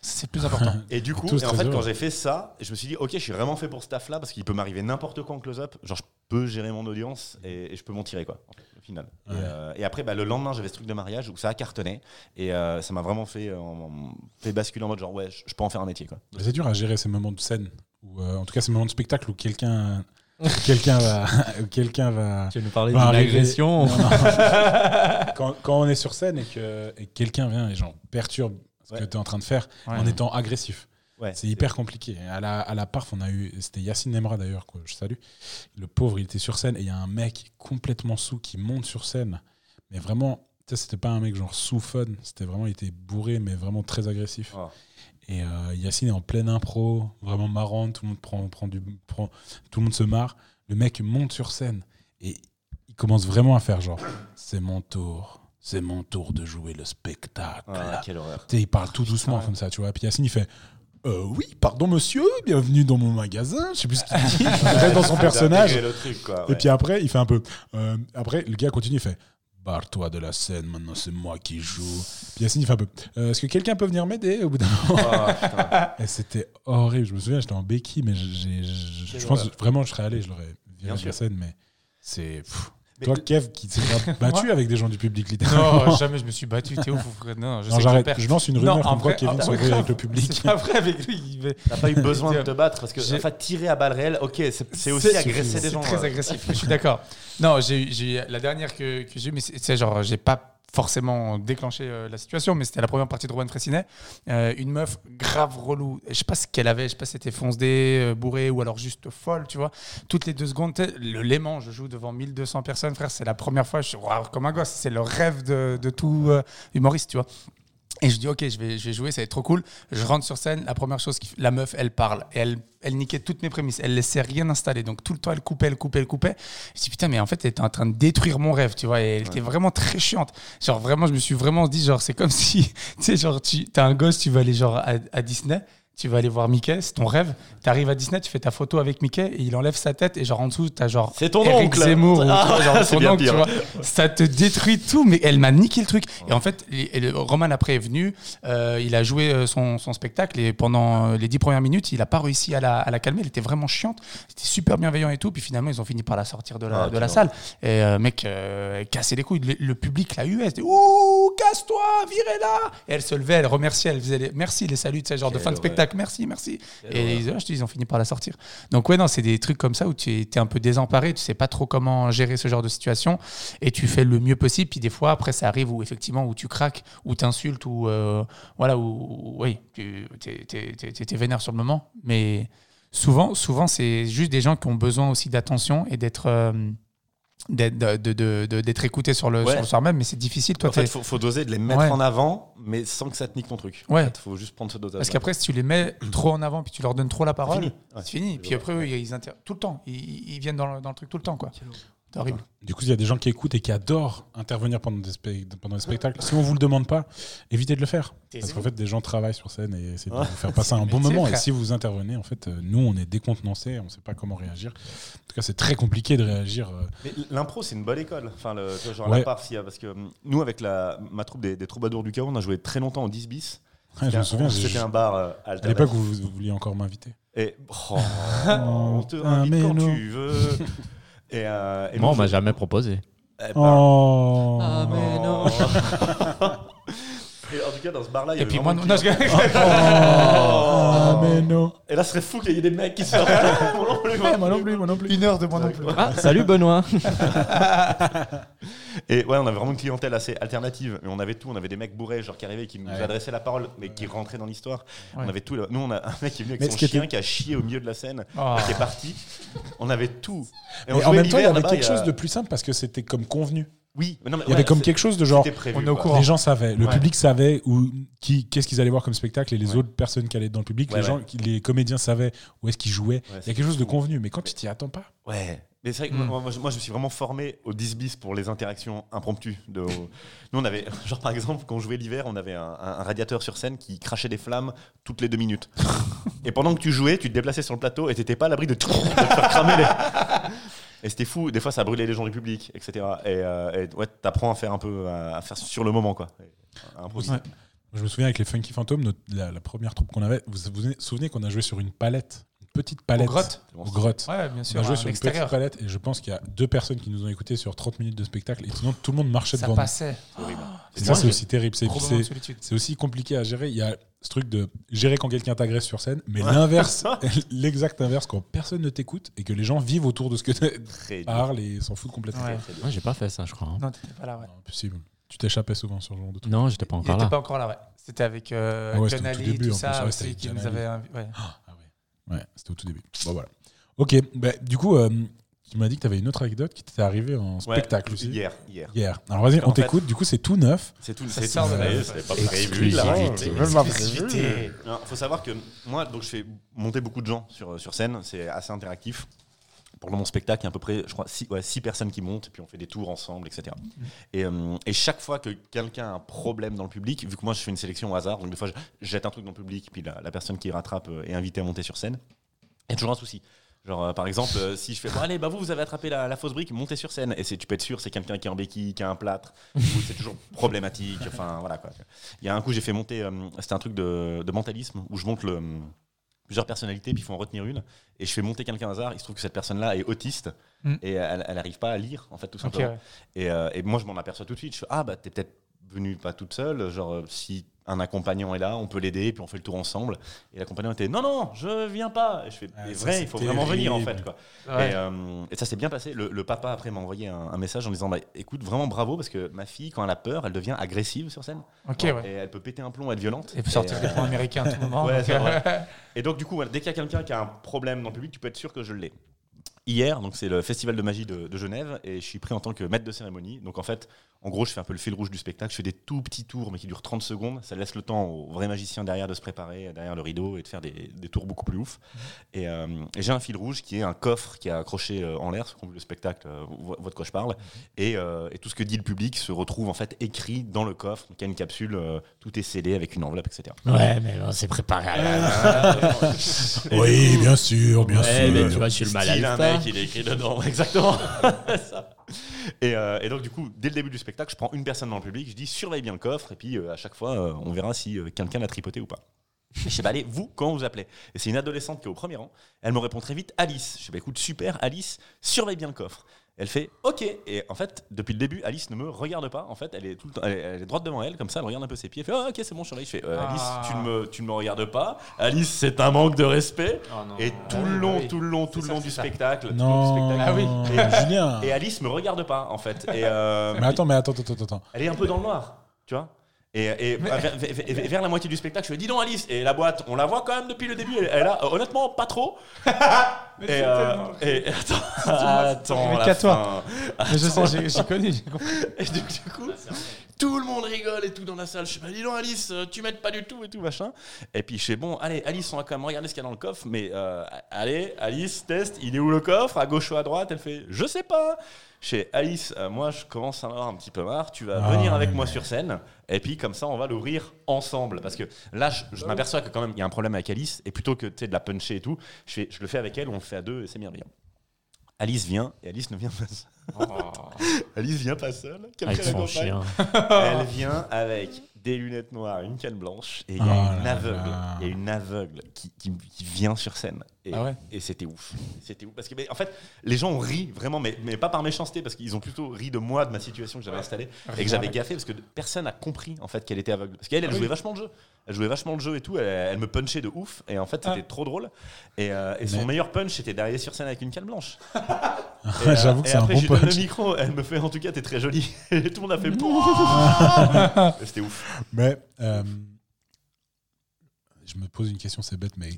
C'est le plus important.
Et du coup,
tous
et en
très
fait,
heureux.
quand j'ai fait ça, je me suis dit, ok, je suis vraiment fait pour ce taf-là, parce qu'il peut m'arriver n'importe quoi en close-up. Genre, je peux gérer mon audience et, et je peux m'en tirer, quoi, en fait, au final. Et,
Ouais.
euh, et après, bah, le lendemain, j'avais ce truc de mariage où ça a cartonné. Et euh, ça m'a vraiment fait, euh, en- en- fait basculer en mode, genre, ouais, je, je peux en faire un métier, quoi.
C'est dur à gérer ces moments de scène, ou euh, en tout cas ces moments de spectacle où quelqu'un où quelqu'un va, où quelqu'un
Bah,
va
Tu veux nous parler
va
d'une
arriver-
agression
Non, non. quand, quand on est sur scène et que, et que quelqu'un vient et genre perturbe ce que
Ouais.
tu es en train de faire
Ouais.
en étant agressif,
Ouais,
c'est hyper compliqué. À la, à la parf, on a eu, c'était Yacine Nemra d'ailleurs, que je salue. Le pauvre, il était sur scène et il y a un mec complètement sous qui monte sur scène, mais vraiment, tu sais, c'était pas un mec genre sous fun, c'était vraiment, il était bourré, mais vraiment très agressif.
Oh.
Et euh, Yacine est en pleine impro, vraiment marrant, tout le monde, prend, prend du, prend- tout le monde se marre. Le mec monte sur scène et il commence vraiment à faire genre c'est mon tour, c'est mon tour de jouer le spectacle.
Ah, quelle horreur.
Tu sais, il parle
Ah,
tout doucement comme ça, tu vois. Puis Yacine, il fait Euh, Oui, pardon monsieur, bienvenue dans mon magasin. Je sais plus ce qu'il dit. Il reste dans son
Ouais,
personnage.
d'intégrer le truc, quoi,
Et
ouais.
puis après, il fait un peu. euh, après, le gars continue, il fait Barre-toi de la scène, maintenant c'est moi qui joue. Puis Yacine, il fait un peu Euh, Est-ce que quelqu'un peut venir m'aider au bout d'un moment
Oh, putain.
et c'était horrible. Je me souviens, j'étais en béquille, mais j'ai- j'ai- je je pense
horreur.
vraiment je serais allé, je l'aurais viré
Bien
de
sûr.
la scène, mais c'est. pff.
Mais-
Toi, Kev, qui s'est battu avec des gens du public, littéralement.
Non, jamais je me suis battu, t'es ouf. frère. Non, je
Non,
sais que je
j'arrête.
perds.
Je lance une rumeur
en
comme quoi
vrai-
Kevin
en
s'embrouille
vrai,
avec le public.
ah, C'est pas vrai avec lui. il va-
T'as pas eu besoin de te battre parce que,
J'ai-
enfin, tirer à balles réelles, ok, c'est c'est aussi agresser des gens.
C'est très
ouais.
agressif, je suis d'accord. Non, j'ai j'ai- la dernière que, que j'ai eue, mais c'est- c'est genre, j'ai pas forcément déclenché euh, la situation, mais c'était la première partie de Rowan Fressinet. Euh, une meuf grave relou. Je sais pas ce qu'elle avait, je sais pas si c'était foncedé, euh, bourré ou alors juste folle, tu vois. Toutes les deux secondes, t'es- le Léman, je joue devant 1200 personnes, frère, c'est la première fois, je suis waouh, comme un gosse, c'est le rêve de, de tout euh, humoriste, tu vois. Et je dis, ok, je vais, je vais jouer, ça va être trop cool. Je rentre sur scène, la première chose, qui- la meuf, elle parle. Et elle, elle niquait toutes mes prémices. Elle laissait rien installer. Donc tout le temps, elle coupait, elle coupait, elle coupait. Je dis, putain, mais en fait, elle était en train de détruire mon rêve, tu vois. Et elle était vraiment très chiante. Genre, vraiment, je me suis vraiment dit, genre, c'est comme si, tu sais, genre, tu as un gosse, tu vas aller, genre, à, à Disney. tu vas aller voir Mickey, c'est ton rêve. Tu arrives à Disney, tu fais ta photo avec Mickey et il enlève sa tête et genre en dessous, t'as genre
C'est ton
Eric
oncle.
Zemmour ou
Ah,
tu vois, genre
c'est
ton
bien
oncle, tu
pire.
vois. Ça te détruit tout, mais elle m'a niqué le truc. Et en fait, les- et le- Roman après est venu, euh, il a joué euh, son, son spectacle et pendant euh, les dix premières minutes, il a pas réussi à la, à la calmer. Elle était vraiment chiante, c'était super bienveillant et tout. Puis finalement, ils ont fini par la sortir de la,
Ah,
de
tu
la
vois.
salle. Et euh, mec, euh, elle cassait les couilles. Le, le public la huait. C'était Ouh, casse-toi, virez-la. Et elle se levait, elle remerciait, elle faisait les merci, les saluts, tu sais, genre de
Quelle
fin de
horreur.
spectacle, merci, merci.
Quelle
Et
horreur.
ils, je te dis, ils ont fini par la sortir. Donc, ouais, non, c'est des trucs comme ça où tu es, t'es un peu désemparé, tu sais pas trop comment gérer ce genre de situation et tu fais le mieux possible. Puis des fois, après, ça arrive où effectivement, où tu craques, où t'insultes, où euh, voilà, où, où- oui, tu t'es- t'es t'es- t'es- t'es vénère sur le moment, mais. Souvent, souvent c'est juste des gens qui ont besoin aussi d'attention et d'être euh, d'être de- de- de- d'être écoutés sur le,
Ouais.
sur le soir même, mais c'est difficile. Toi,
En fait,
t'es-
faut, faut doser de les mettre
Ouais.
en avant, mais sans que ça te nique ton truc.
Ouais.
En fait, faut juste prendre ce dosage.
Parce qu'après, si tu les mets trop en avant puis tu leur donnes trop la parole,
fini. Ouais.
c'est fini. Puis après, eux, ils inter- tout le temps. Ils, ils viennent dans le, dans le truc tout le temps, quoi. C'est horrible.
Du coup, il y a des gens qui écoutent et qui adorent intervenir pendant des, spe- pendant des spectacles. Si on vous le demande pas, évitez de le faire. Parce qu'en fait, des gens travaillent sur scène et essayent de
Ouais.
vous faire passer un bon
métier,
moment. Et
frère.
si vous intervenez, en fait, euh, nous, on est décontenancés, on ne sait pas comment réagir. En tout cas, c'est très compliqué de réagir. euh.
Mais l'impro, c'est une bonne école. Enfin, le, tu vois, genre
Ouais.
la part, s'il y a- parce que hum, nous, avec la, ma troupe des, des troubadours du chaos, on a joué très longtemps au 10 bis.
Ouais, je me souviens, j'ai-
c'était un bar euh,
à l'époque,
alternatif.
vous, vous vouliez encore m'inviter.
Et oh, on te
Ah, mais
invite quand
non.
tu veux. Et, euh, et
Moi, on
nous,
m'a
je-
jamais proposé.
Eh ben,
Oh
oh. Et en tout cas, dans ce bar-là, il y
Et
avait
puis moi,
vraiment
non,
une
non, je-
Ah, mais non
Et là, ce serait fou qu'il y ait des mecs qui sortent. Moi non plus, moi
Moi non plus, moi non plus.
une heure de moi non plus.
Ah, salut Benoît
Et ouais, on avait vraiment une clientèle assez alternative. Et on avait tout. On avait des mecs bourrés, genre qui arrivaient, qui nous
Ouais.
adressaient la parole, mais qui rentraient dans l'histoire. On
Ouais.
avait tout. là. Nous, on a un mec qui est venu avec
Mais
son
ce qui
chien
était-
qui a chié au milieu de la scène,
Ah.
et qui est parti. On avait tout. Et
Mais
on
en
jouait
même temps, il y
l'hiver
avait
là-bas,
quelque
y a-
chose de plus simple parce que c'était comme convenu.
Oui, mais non, mais
Il y avait
ouais,
comme
c'est-
quelque chose de genre.
c'était prévu,
on est au
quoi.
courant.
Les gens savaient, le
Ouais.
public savait où, qui, qu'est-ce qu'ils allaient voir comme spectacle et les
Ouais.
autres personnes qui allaient dans le public,
Ouais,
les, gens, qui- les comédiens savaient où est-ce qu'ils jouaient.
Ouais,
Il y
c'est
a quelque chose de
fou.
convenu, mais quand tu t'y attends pas.
Ouais. Mais c'est vrai que
Hmm.
Mm.
moi, moi, je, moi, je me suis vraiment formé au 10 bis pour les interactions impromptues. De, nous, on avait, genre par exemple, quand on jouait l'hiver, on avait un, un- un radiateur sur scène qui crachait des flammes toutes les deux minutes. et pendant que tu jouais, tu te déplaçais sur le plateau et t'étais pas à l'abri de, de te faire cramer les. Et c'était fou, des fois ça brûlait les gens du public, etc. Et, euh, et ouais, t'apprends à faire un peu, à, à faire sur le moment, quoi. À improviser.
Ouais.
Je me souviens avec les Funky Phantoms, notre- la, la première troupe qu'on avait, vous vous souvenez qu'on a joué sur une palette, une petite palette.
grottes
Aux grottes.
Ouais, bien
On
sûr.
a
à
joué sur une petite
l'extérieur.
palette et je pense qu'il y a deux personnes qui nous ont écoutés sur 30 minutes de spectacle et sinon tout le monde marchait
Ça
devant
passait.
nous. Et ça, c'est
Moi,
aussi terrible. C'est,
Trop
c'est-
moment de solitude.
c'est aussi compliqué à gérer. Il y a ce truc de gérer quand quelqu'un t'agresse sur scène, mais l'inverse, l'exact inverse, quand personne ne t'écoute et que les gens vivent autour de ce que tu
Très dur.
parles et s'en foutent complètement.
Ouais.
Très dur.
Moi, j'ai pas fait ça, je crois. hein.
Non, t'étais pas là, ouais.
Non, impossible. Tu t'échappais souvent sur ce genre de truc.
Non, j'étais pas
Il
encore
était
là.
pas encore là, ouais. C'était avec euh,
Ah ouais,
John
c'était au tout
Ali,
début,
tout
en plus.
ça
Ouais, c'était
aussi, qui
John
nous
Ali.
avait invi- ouais.
Ah ouais. Ouais, c'était au tout début. Bon, voilà. Ok, bah, du coup, euh, tu m'as dit que tu avais une autre anecdote qui t'était arrivée en
Ouais,
spectacle aussi.
Hier, hier.
Hier. Alors vas-y, on
En fait-
t'écoute. Du coup, c'est tout neuf.
C'est tout,
Ça
c'est
sort
tout.
de la
Ouais,
meuf.
c'était pas prévu, là.
Exclusivité.
Exclusivité.
Alors, faut savoir que moi, donc je fais monter beaucoup de gens sur, sur scène, c'est assez interactif. Pendant mon spectacle, il y a à peu près, je crois, six, ouais, six personnes qui montent, et puis on fait des tours ensemble, etc. Et, euh, et chaque fois que quelqu'un a un problème dans le public, vu que moi je fais une sélection au hasard, donc des fois je jette un truc dans le public, puis la, la personne qui rattrape euh, est invitée à monter sur scène, il y a toujours un souci. Genre, euh, par exemple, euh, si je fais, bon, allez, bah vous, vous avez attrapé la, la fausse brique, montez sur scène. Et c'est- tu peux être sûr, c'est quelqu'un qui est en béquille, qui a un plâtre, ou c'est toujours problématique. Enfin, voilà quoi. Il y a un coup, j'ai fait monter, euh, c'était un truc de, de mentalisme, où je monte le, euh, plusieurs personnalités, puis il faut en retenir une. Et je fais monter quelqu'un au hasard, il se trouve que cette personne-là est autiste,
Mm.
et elle elle n'arrive pas à lire, en fait, tout
Ok,
simplement.
ouais.
Et, euh, et moi, je m'en aperçois tout de suite. Je fais Ah, bah, t'es peut-être venu pas toute seule. Genre, euh, si un accompagnant est là, on peut l'aider, puis on fait le tour ensemble. Et l'accompagnant était Non, non, je viens pas. Et je fais
Ah,
C'est
ça,
vrai,
c'est
il faut vraiment venir, en
terrible.
fait. Quoi.
Ouais.
Et, euh, et ça s'est bien passé. Le, le papa, après, m'a envoyé un, un message en disant bah, Écoute, vraiment bravo, parce que ma fille, quand elle a peur, elle devient agressive sur scène.
Ok, ouais.
Et elle peut péter un plomb, être violente.
Et puis sortir
euh,
des points américains à tout moment.
Ouais,
donc,
c'est
euh,
vrai. et donc, du coup, voilà, dès qu'il y a quelqu'un qui a un problème dans le public, tu peux être sûr que je l'ai. hier, donc c'est le festival de magie de, de Genève, et je suis pris en tant que maître de cérémonie. Donc en fait, en gros, je fais un peu le fil rouge du spectacle, je fais des tout petits tours, mais qui durent 30 secondes. Ça laisse le temps aux vrais magiciens derrière de se préparer, derrière le rideau, et de faire des, des tours beaucoup plus ouf. Et, euh, et j'ai un fil rouge qui est un coffre qui est accroché euh, en l'air, ceux qui ont vu le spectacle euh, vo- voient de quoi je parle. Et, euh, et tout ce que dit le public se retrouve en fait écrit dans le coffre. Donc il y a une capsule, euh, tout est scellé avec une enveloppe, etc.
Ouais, mais on s'est préparé à la.
Oui, bien sûr,
Ah,
bien
Ouais,
sûr.
Eh, mais tu vois, je suis le
Style, un
malade.
mec, il est écrit dedans, exactement. Ça. Et, euh, et donc, du coup, dès le début du spectacle, je prends une personne dans le public, je dis surveille bien le coffre, et puis euh, à chaque fois, euh, on verra si euh, quelqu'un l'a tripoté ou pas. Je sais pas, allez, vous, comment vous appelez Et c'est une adolescente qui est au premier rang. Elle me répond très vite Alice. Je dis bah, écoute, super, Alice, surveille bien le coffre. Elle fait OK. Et en fait, depuis le début, Alice ne me regarde pas. En fait, elle est, tout le temps, elle est, elle est droite devant elle, comme ça, elle regarde un peu ses pieds. Elle fait Ah, OK, c'est bon, je surveille. Je fais Euh, Alice,
Ah.
tu ne me, tu ne me regardes pas. Alice, c'est un manque de respect.
euh,
Et tout le long, tout le long, tout
Ah C'est
le
ça,
long
c'est
du
ça.
spectacle. tout le long du
Non,
spectacle.
Ah oui.
Et- Julien.
Et Alice me regarde pas, en fait. Et euh,
Mais attends, mais attends, attends, attends, attends.
elle est un peu dans le noir, tu vois. Et, et vers, vers- vers- vers la moitié du spectacle, je lui dis non, Alice. Et la boîte, on la voit quand même depuis le début. Elle, elle a, euh, honnêtement, pas trop. et, euh, et- attends, attends,
Mais
la
qu'à toi.
fin.
Mais je sais, j'ai- j'ai connu. j'ai compris.
Et donc, du coup, tout le monde rigole et tout dans la salle. Je fais, dis donc, Alice, euh, tu m'aides pas du tout et tout, machin. Et puis, je fais, bon, allez, Alice, on va quand même regarder ce qu'il y a dans le coffre. Mais euh, allez, Alice, test, il est où le coffre À gauche ou à droite Elle fait, je sais pas. Je fais, Alice, euh, moi, je commence à en avoir un petit peu marre. Tu vas
Ah,
venir avec
mais-
moi sur scène. Et puis, comme ça, on va l'ouvrir ensemble. Parce que là, je, je m'aperçois que quand même, il y a un problème avec Alice. Et plutôt que tu sais, de la puncher et tout, je, fais, je le fais avec elle, on le fait à deux et c'est merveilleux. Alice vient et Alice ne vient pas seule. Alice vient pas seule.
Avec
Ah,
Quelqu'un
son
l'accompagne.
chien.
hein.
Elle vient avec des lunettes noires, une canne blanche, et il y a
Ah
une
là
aveugle.
là.
Il y a une aveugle qui, qui- qui vient sur scène. Et,
Ah ouais
et c'était ouf. C'était ouf. Parce que, mais en fait, les gens ont ri vraiment, mais, mais pas par méchanceté, parce qu'ils ont plutôt ri de moi, de ma situation que j'avais installée et que j'avais gaffé, parce que personne n'a compris en fait qu'elle était aveugle. Parce qu'elle, elle jouait vachement le jeu. Elle jouait vachement le jeu et tout. Elle, elle me punchait de ouf. Et en fait, c'était trop drôle. Et, euh, et son
Mais-
meilleur punch, c'était d'arriver sur scène avec une canne blanche. Et, euh,
J'avoue que
et
c'est un
après,
bon
je lui donne
punch.
le micro, elle me fait en tout cas, t'es très jolie. Et tout le monde a fait Et C'était ouf.
Mais euh, je me pose une question, c'est bête, mais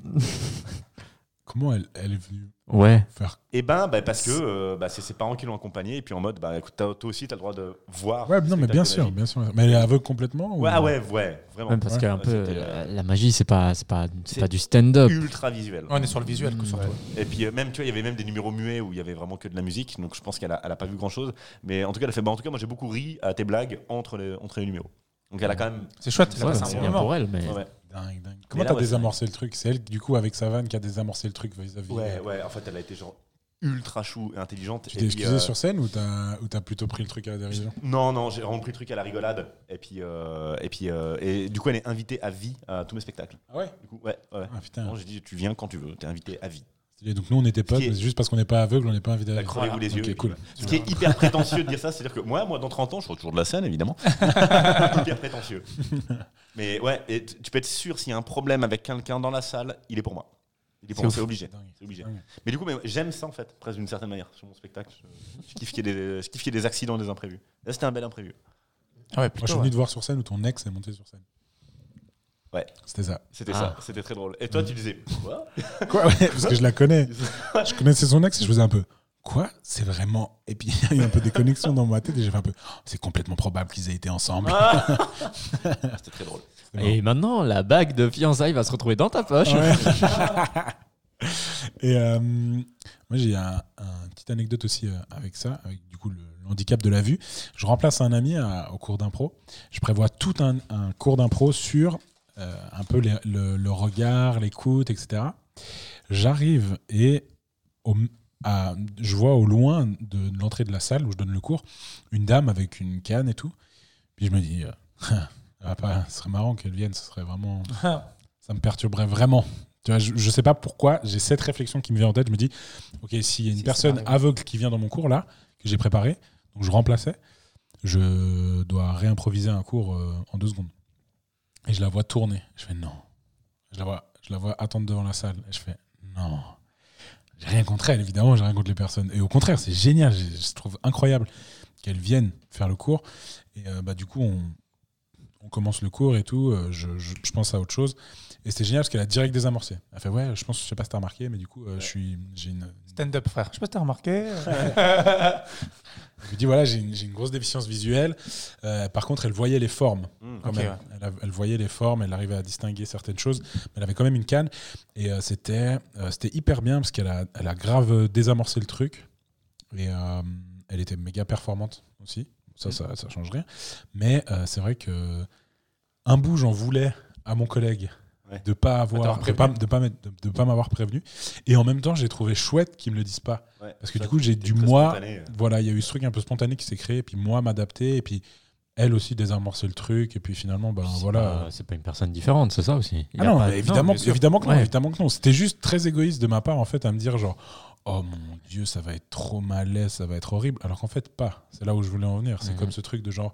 comment elle, elle est venue
Ouais.
faire
Et ben, bah, parce que euh, bah, c'est ses parents qui l'ont accompagné et puis en mode, bah écoute, t'as- toi aussi, t'as le droit de voir.
Ouais,
le
non, mais
spectacle
bien
de
sûr,
magie.
bien sûr. Mais elle est aveugle complètement ou-
Ouais, ah ouais, ouais, vraiment.
Même parce
Ouais.
qu'un peu,
C'était,
euh,
euh,
la magie, c'est pas, c'est pas, c'est
c'est
pas du stand-up.
Ultra visuel.
On est sur le visuel, que surtout.
Et puis euh, même, tu vois, il y avait même des numéros muets où il y avait vraiment que de la musique, donc je pense qu'elle a, elle a pas vu grand chose. Mais en tout cas, elle a fait, bah en tout cas, moi j'ai beaucoup ri à tes blagues entre les, entre les numéros. Donc elle a quand même.
C'est chouette.
Ouais,
c'est
c'est bien pour elle, mais
Ouais, ouais.
Dingue, dingue. Comment
là,
t'as
ouais,
désamorcé le truc C'est elle, du coup, avec sa vanne, qui a désamorcé le truc vis-à-vis. euh,
Ouais, ouais, en fait, elle a été genre ultra chou et intelligente.
Tu
et
t'es
puis,
excusé
euh,
sur scène ou t'as ou t'as plutôt pris le truc à la dérision
Non, non, j'ai vraiment pris le truc à la rigolade. Et puis, euh, et puis, euh, et du coup, elle est invitée à vie à tous mes spectacles.
Ah ouais
Du coup, ouais, ouais.
Ah
Non,
putain.
j'ai dit, tu viens quand tu veux, t'es invité à vie.
Stylé. Donc nous, on était potes,
Qui est-
mais juste parce qu'on n'est pas aveugle, on n'est pas invité à la
Bah, Croyez-vous les yeux.
Ok, cool.
Ce qui est hyper prétentieux de dire ça, c'est-à-dire que moi, moi, dans 30 ans, je serai toujours de la scène, évidemment. hyper prétentieux. Mais ouais, et tu tu peux être sûr, s'il y a un problème avec quelqu'un dans la salle, il est pour moi. Il est pour moi, c'est obligé.
Dingue.
C'est obligé.
Dingue.
Mais du coup, mais j'aime ça en fait, presque d'une certaine manière, sur mon spectacle. Je, je kiffe qu'il y ait des, je kiffe qu'il y ait des accidents, des imprévus. Là, c'était un bel imprévu.
Ah ouais,
Moi, je
plutôt.
suis
ouais.
venu te voir sur scène où ton ex est monté sur scène.
Ouais.
C'était ça.
C'était
Ah.
ça, c'était très drôle. Et toi, tu disais, quoi
Quoi ouais, Parce que je la connais. Je connaissais son ex et je faisais un peu. Quoi C'est vraiment. Et puis il y a eu un peu des connexions dans ma tête et j'ai fait un peu. oh, C'est complètement probable qu'ils aient été
Ah.
ensemble.
C'était très drôle.
C'est
Et maintenant, la bague de fiançailles va se retrouver dans ta poche.
Ouais. et euh, moi, j'ai un, un petite anecdote aussi euh, avec ça, avec du coup le, le handicap de la vue. Je remplace un ami à- au cours d'impro. Je prévois tout un, un cours d'impro sur euh, un peu les- le, le regard, l'écoute, etc. J'arrive et au- à- je vois au loin de l'entrée de la salle où je donne le cours une dame avec une canne et tout. Puis je me dis, euh, elle va pas, ce serait marrant qu'elle vienne, ce serait vraiment. ça me perturberait vraiment. Tu vois, je, je sais pas pourquoi, j'ai cette réflexion qui me vient en tête. Je me dis, ok, s'il y a une
Si, ça
personne
m'arrive.
aveugle qui vient dans mon cours là, que j'ai préparé, donc je remplaçais, je dois réimproviser un cours euh, en deux secondes. Et je la vois tourner. Je fais non. Je la vois, je la vois attendre devant la salle. Et je fais non. J'ai rien contre elle, évidemment, j'ai rien contre les personnes. Et au contraire, c'est génial. Je, je trouve incroyable qu'elle vienne faire le cours. Et euh, bah, du coup, on, on commence le cours et tout, euh, je, je- je pense à autre chose. Et c'était génial parce qu'elle a direct désamorcé. Elle fait ouais, je pense, je sais pas si t'as remarqué, mais du coup, euh, je suis, j'ai une,
Stand-up, frère. Je sais pas si t'as remarqué.
je lui dis voilà, j'ai une, j'ai une grosse déficience visuelle. Euh, par contre, elle voyait les formes.
Mm.
quand
Mmh, Ok,
même.
ouais.
Elle, a- elle voyait les formes, elle arrivait à distinguer certaines choses, mais elle avait quand même une canne. Et euh, c'était euh, c'était hyper bien parce qu'elle a, elle a grave euh, désamorcé le truc. Et euh, elle était méga performante aussi.
Mmh.
Ça, ça, ça change rien. Mais euh, c'est vrai que un bout, j'en voulais à mon collègue
Ouais.
de pas
D'avoir
avoir de
prévenu.
pas, de pas m'être- de- de pas m'avoir prévenu et en même temps j'ai trouvé chouette qu'ils me le disent pas
Ouais.
parce que
Ça,
du coup j'ai
c'était
dû
très euh,
moi
spontané.
voilà, il y a eu ce truc un peu spontané qui s'est créé, puis moi m'adapter, et puis elle aussi désamorcer le truc, et puis finalement, ben
C'est
voilà.
pas- C'est pas une personne différente, c'est ça aussi. Il
Ah
y a
non,
pas-
mais évidemment,
bien sûr.
évidemment que non,
Ouais.
évidemment que non. C'était juste très égoïste de ma part, en fait, à me dire genre, oh mon dieu, ça va être trop malaise, ça va être horrible, alors qu'en fait, pas. C'est là où je voulais en venir. C'est
Mhm.
comme ce truc de genre,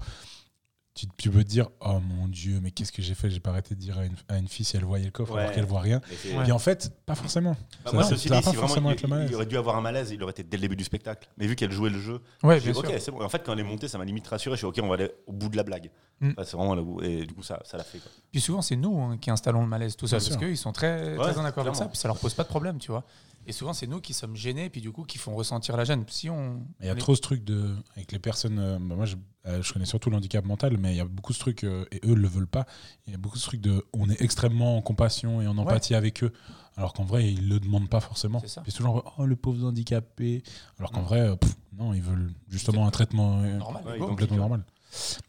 tu, tu peux te dire, oh mon dieu, mais qu'est-ce que j'ai fait J'ai pas arrêté de dire à une, à une fille si elle voyait le coffre
Ouais.
alors qu'elle voit rien.
Et c'est-
Et en fait, pas forcément.
Bah,
Ça-
moi,
ça-
ceci
ça va
dit,
pas
si vraiment
forcément
il,
être le malaise.
il aurait dû avoir un malaise, il aurait été dès le début du spectacle. Mais vu qu'elle jouait le jeu,
Ouais,
j'ai
bien
dit, ok,
sûr.
c'est bon. Et en fait, quand elle est montée, ça m'a limite rassuré. Je suis ok, on va aller au bout de la blague.
Mm.
Enfin, c'est vraiment là où- et du coup, ça, ça l'a fait. quoi.
Puis souvent, c'est nous hein, qui installons le malaise tout seul,
Bien
parce
sûr.
qu'ils sont
Ouais,
très, très en accord avec
clairement.
ça, puis ça leur pose pas de problème, tu vois. Et souvent, c'est nous qui sommes gênés, puis du coup, qui font ressentir la gêne. Si on.
Il y a
on est-
trop ce truc de. Avec les personnes. euh, bah, moi, je, euh, je connais surtout le handicap mental, mais il y a beaucoup ce truc, euh, et eux ne le veulent pas. Il y a beaucoup ce truc de. On est extrêmement en compassion et en empathie avec eux, alors qu'en vrai, ils ne le demandent pas forcément.
C'est ça.
Puis toujours, oh, le pauvre handicapé. Alors qu'en
Mm.
vrai, euh, pff, non, ils veulent justement un traitement euh,
Normal.
Ouais,
go.
donc-
complètement normal.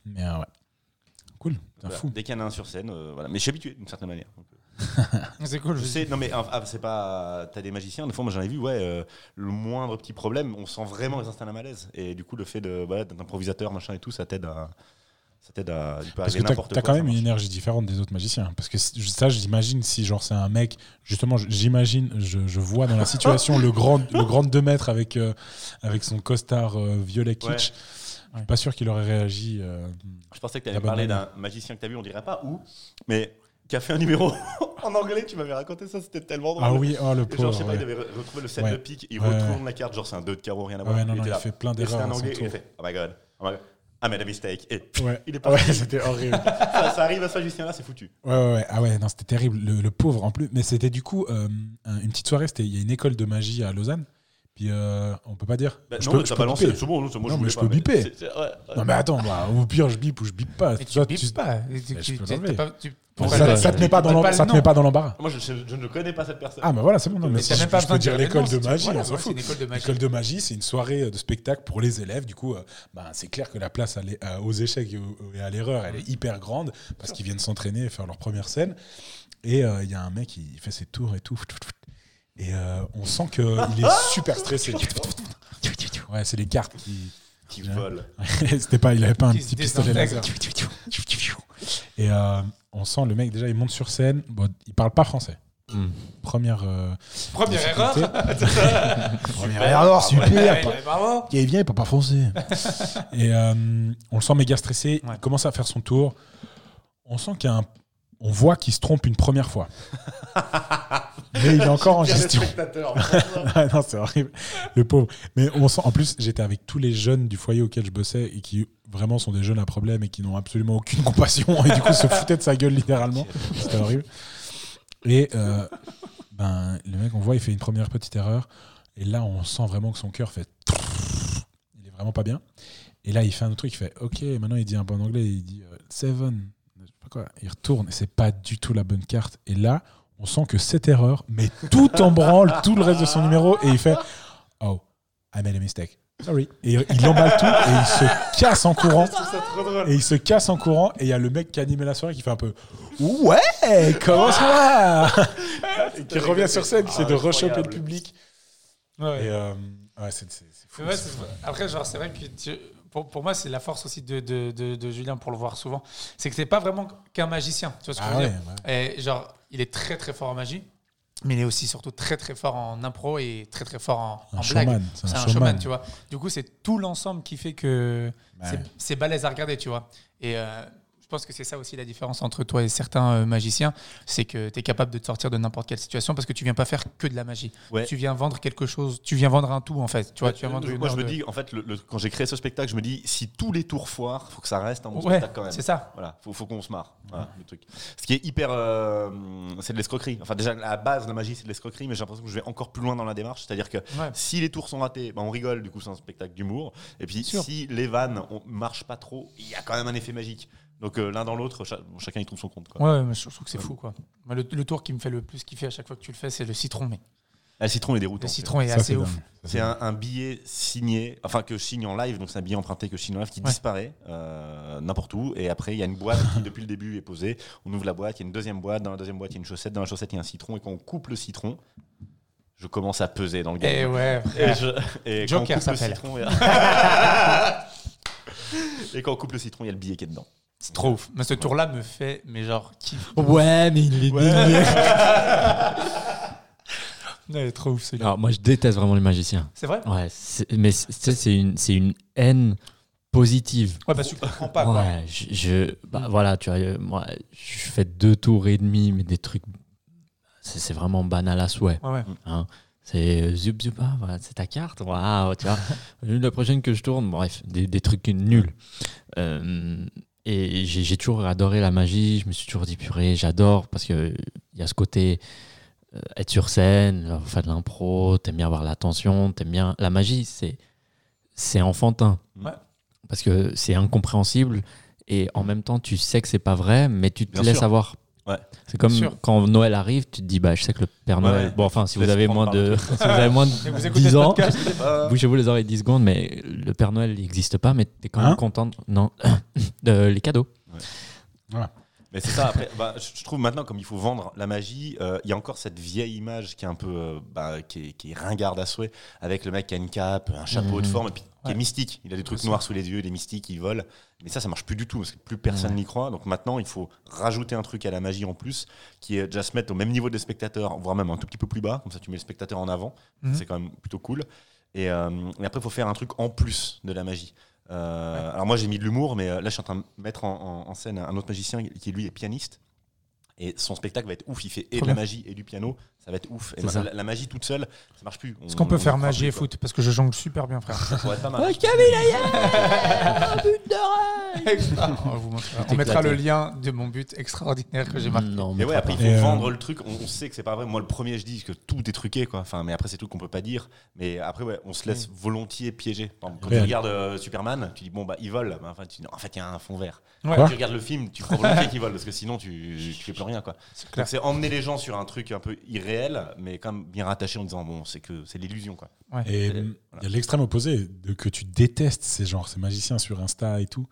Mais euh, ouais. Cool, t'es un
Voilà.
fou.
Dès qu'il y en a un sur scène, euh, voilà. Mais je suis habitué d'une certaine manière. Donc, euh,
C'est cool.
je
Je sais.
sais, non mais ah, c'est pas. T'as des magiciens. Des fois, moi, j'en ai vu. Ouais, euh, le moindre petit problème, on sent vraiment les instants à malaise. Et du coup, le fait de voilà, d'être improvisateur, machin et tout, ça t'aide à. Ça t'aide à. Il peut
Parce que
arriver
t'as
n'importe
t'as
quoi.
quand
ça
même une
marche.
énergie différente des autres magiciens. Parce que c- ça, j'imagine, si genre c'est un mec, justement, je- j'imagine, je, je vois dans la situation le grand, le grand 2 mètres avec, euh, avec son costard euh, violet kitsch.
Ouais.
Je suis pas sûr qu'il aurait réagi. euh,
Je pensais que tu
La
allais
bonne
parler
manière.
d'un magicien que tu as vu, on dirait pas où, mais qui a fait un numéro en anglais, tu m'avais raconté ça, c'était tellement drôle.
Ah oui, oh le
Et Genre, je sais
pauvre.
pas, il
ouais.
avait re- retrouvé le set
Ouais.
de pique, il
Ouais,
retourne la carte, genre c'est un 2 de carreau, rien à voir.
Ah Ouais, non, non, il
était là.
fait plein
Et c'était
d'erreurs.
un
à son
anglais, et il
tour.
fait Oh my god, oh my god, I made a mistake. Et
Ouais.
il est pas
Ah Ouais, c'était horrible.
ça, ça arrive à ce magicien-là, c'est foutu.
Ouais, ouais, ouais. Ah ouais, non, c'était terrible. Le, le pauvre en plus. Mais c'était du coup euh, un- une petite soirée. c'était- Il y a une école de magie à Lausanne. Puis euh, on peut pas dire.
Bah,
Je
non,
peux-
mais
je
t'as
peux
balancé,
couper.
c'est bon, non, c'est- moi
Non,
je
mais
voulais
je
pas,
peux biper.
c'est- c'est- ouais, ouais.
Non, mais attends, bah, au pire, je bip ou je bip pas.
Mais tu
Toi,
bipes pas. Tu- tu-
Bah, je peux
t'es-
l'enlever.
t'es pas- tu-
Ça,
pourquoi
ça
t'as-
te met pas dans
t'as
l'em-
le
ça te
nom
met pas dans l'embarras.
Moi je, je- je ne connais pas cette personne.
Ah, mais voilà, c'est bon. Non, mais
Mais
si
t'as
je,
même pas
je
besoin
peux
de
dire
dire le nom,
l'école de
c'est-
magie,
voilà,
on s'en
ouais, c'est
fout.
une école de magie.
L'école de magie, c'est une soirée euh, de spectacle pour les élèves. Du coup, euh, ben, c'est clair que la place à l'é- à- aux échecs et au- et à l'erreur, elle est hyper grande parce qu'ils viennent s'entraîner et faire leur première scène. Et euh, il y a un mec, il fait ses tours et tout. Et euh, on sent qu'il est super stressé. Ouais, c'est les cartes qui.
Qui vole.
C'était pas, il avait pas un
Qui se
petit pistolet laser.
désinfecte.
Et euh, on sent le mec, déjà, il monte sur scène. Bon, il parle pas français.
Hmm.
Première. euh,
Première erreur. hein. Ah
Première erreur, super.
Ouais, Bravo.
Il vient, il peut pas foncer. et euh, on le sent méga stressé.
Ouais.
Il commence à faire son tour. On sent qu'il y a un. On voit qu'il se trompe une première fois. Mais il est encore en gestion. Ah non, c'est horrible. Le pauvre. Mais on sent. En plus, j'étais avec tous les jeunes du foyer auquel je bossais et qui vraiment sont des jeunes à problème et qui n'ont absolument aucune compassion et du coup se foutaient de sa gueule littéralement. C'était horrible. Et euh, ben, le mec, on voit, il fait une première petite erreur. Et là, on sent vraiment que son cœur fait. Il est vraiment pas bien. Et là, il fait un autre truc. Il fait OK, maintenant, il dit un bon anglais. Il dit euh, Seven. Je sais pas quoi. Il retourne et c'est pas du tout la bonne carte. Et là, on sent que cette erreur met tout en branle, tout le reste de son numéro. Et il fait Oh, I made a mistake. Sorry. Et il emballe tout et il se casse en courant. Et il se casse en courant. Et il y a le mec qui animait la soirée qui fait un peu Ouais, comment ça va Et qui revient sur scène, qui essaie de
incroyable.
rechoper le public.
Ouais.
Et euh, ouais, c'est c'est- c'est fou.
Mais ouais, c'est- Après, genre, c'est vrai que tu- pour, pour moi, c'est la force aussi de, de, de, de Julien pour le voir souvent. C'est que c'est pas vraiment qu'un magicien. Tu vois ce que je
Ah
veux
ouais,
dire
ouais.
Et genre, il est très très fort en magie, mais il est aussi surtout très très fort en impro et très très fort en,
Un
en blague.
showman,
C'est un, showman, tu vois. Du coup, c'est tout l'ensemble qui fait que
Bah
c'est-
ouais.
c'est balèze à regarder, tu vois. Et euh, Je pense que c'est ça aussi la différence entre toi et certains euh, magiciens, c'est que tu es capable de te sortir de n'importe quelle situation parce que tu viens pas faire que de la magie.
Ouais.
Tu viens vendre quelque chose, tu viens vendre un tout en fait. Tu vois, tu viens vendre
Euh,
une
moi, je
heure
me
de-
dis, en fait, le- le- quand j'ai créé ce spectacle, je me dis, si tous les tours foirent, faut que ça reste un bon
Ouais,
spectacle quand même.
c'est ça.
Voilà, faut, faut qu'on se marre. Voilà, le truc. Ce qui est hyper. euh, c'est de l'escroquerie. Enfin, déjà, à la base, la magie, c'est de l'escroquerie, mais j'ai l'impression que je vais encore plus loin dans la démarche. C'est-à-dire que
Ouais.
si les tours sont ratés, bah, on rigole, du coup, c'est un spectacle d'humour. Et puis,
Sûr.
si les vannes on marche pas trop, il y a quand même un effet magique. Donc, euh, l'un dans l'autre, cha- bon, chacun y trouve son compte. Quoi.
Ouais, mais je trouve que c'est fou quoi. Moi, Le, le tour qui me fait le plus kiffer à chaque fois que tu le fais, c'est le citron. Mais
Ah, Le citron est déroutant.
le
en fait.
citron est
Ça,
assez
c'est
ouf.
dingue. Ça,
C'est un, un billet signé, enfin que je signe en live, donc c'est un billet emprunté que je signe en live qui
Ouais.
disparaît euh, n'importe où. Et après, il y a une boîte qui, depuis le début, est posée. On ouvre la boîte, il y a une deuxième boîte, dans la deuxième boîte, il y a une chaussette, dans la chaussette, il y a un citron. Et quand on coupe le citron, je commence à peser dans le
Et
game.
Eh ouais.
Et, je- et quand on
Joker
coupe le
s'appelle.
citron, il y a- Et quand on coupe le citron, il y a le billet qui est dedans.
C'est trop ouf. Mais ce tour-là me fait, mais genre, kiff.
Oh. Ouais, mais il est
Ouais, trop ouf celui-là.
Alors, moi, je déteste vraiment les magiciens.
C'est vrai
Ouais, c'est- mais c'est- tu sais, c'est une, c'est une haine positive.
Ouais, parce que tu comprends pas. quoi.
Ouais, je, je- bah, voilà, tu vois, euh, moi, je fais deux tours et demi, mais des trucs, c'est c'est vraiment banal à souhait.
Ouais, ouais.
C'est euh, zup zup, ah, voilà, c'est ta carte, waouh, tu vois. La prochaine que je tourne, bref, des, des trucs nuls. Euh, et j'ai j'ai toujours adoré la magie, je me suis toujours dit purée, j'adore, parce qu'il y a ce côté euh, être sur scène, euh, faire de l'impro, t'aimes bien avoir l'attention, t'aimes bien. La magie, c'est c'est enfantin.
Ouais.
Parce que c'est incompréhensible et en même temps, tu sais que c'est pas vrai, mais tu te
Bien
laisses
sûr.
avoir.
Ouais.
C'est comme
Bien sûr.
quand Noël arrive, tu te dis bah je sais que le Père
Ouais,
Noël.
ouais.
Bon enfin si
Laisse
vous avez
prendre
moins
par
de
le
si vous avez moins
Et vous
de
écoutez
10
ce
ans,
podcast
Hum.
bouchez-vous les oreilles 10 secondes, mais le Père Noël il n'existe pas, mais t'es quand même
Hein
content. Non, de- les cadeaux.
Mais c'est ça, après, bah, je je trouve maintenant, comme il faut vendre la magie, euh, il y a encore cette vieille image qui est un peu euh, bah, qui, est, qui est ringarde à souhait, avec le mec qui a une cape, un chapeau de
Mhm.
forme, et puis qui
Ouais.
est mystique. Il a des trucs
sûr.
noirs sous les yeux, il est mystique, il vole. Mais ça, ça marche plus du tout, parce que plus personne n'y croit. Donc maintenant, il faut rajouter un truc à la magie en plus, qui est déjà se mettre au même niveau des spectateurs, voire même un tout petit peu plus bas, comme ça tu mets le spectateur en avant.
Mhm.
C'est quand même plutôt cool. Et, euh, et après, il faut faire un truc en plus de la magie. Euh, Alors moi j'ai mis de l'humour, mais euh, là je suis en train de mettre en, en- en scène un autre magicien qui lui est pianiste. Et son spectacle va être ouf, il fait et de
Trop
la
bien.
magie et du piano, ça va être ouf. Et
C'est
ma-
ça.
la, la magie toute seule, ça marche plus.
Est-ce qu'on peut faire
magie
magie et foot Parce que je jongle super bien, frère. on, vous montrera- on
T'éclater.
mettra le lien de mon but extraordinaire que j'ai marqué.
Non,
Et
mais
ouais, après il faut
Et euh,
vendre le truc, on, on sait que c'est pas vrai. Moi le premier je dis que tout est truqué, quoi. Enfin, mais après c'est tout qu'on peut pas dire. Mais après ouais, on se
Mm.
laisse volontiers piéger. Par exemple, quand
Ouais.
tu regardes euh, Superman, tu dis bon bah il vole. Bah, enfin, tu dis, non, en fait il y a un fond vert.
Ouais,
Quoi
tu regardes le film, tu crois volontiers qu'il vole parce que sinon tu, tu fais plus rien quoi.
c'est
Donc
clair.
c'est emmener les gens sur un truc un peu irréel, mais quand même bien rattaché en disant bon, c'est que c'est l'illusion quoi.
Et
Euh,
hum, il
voilà.
y a l'extrême opposé de que tu détestes ces genres, ces magiciens sur Insta et tout,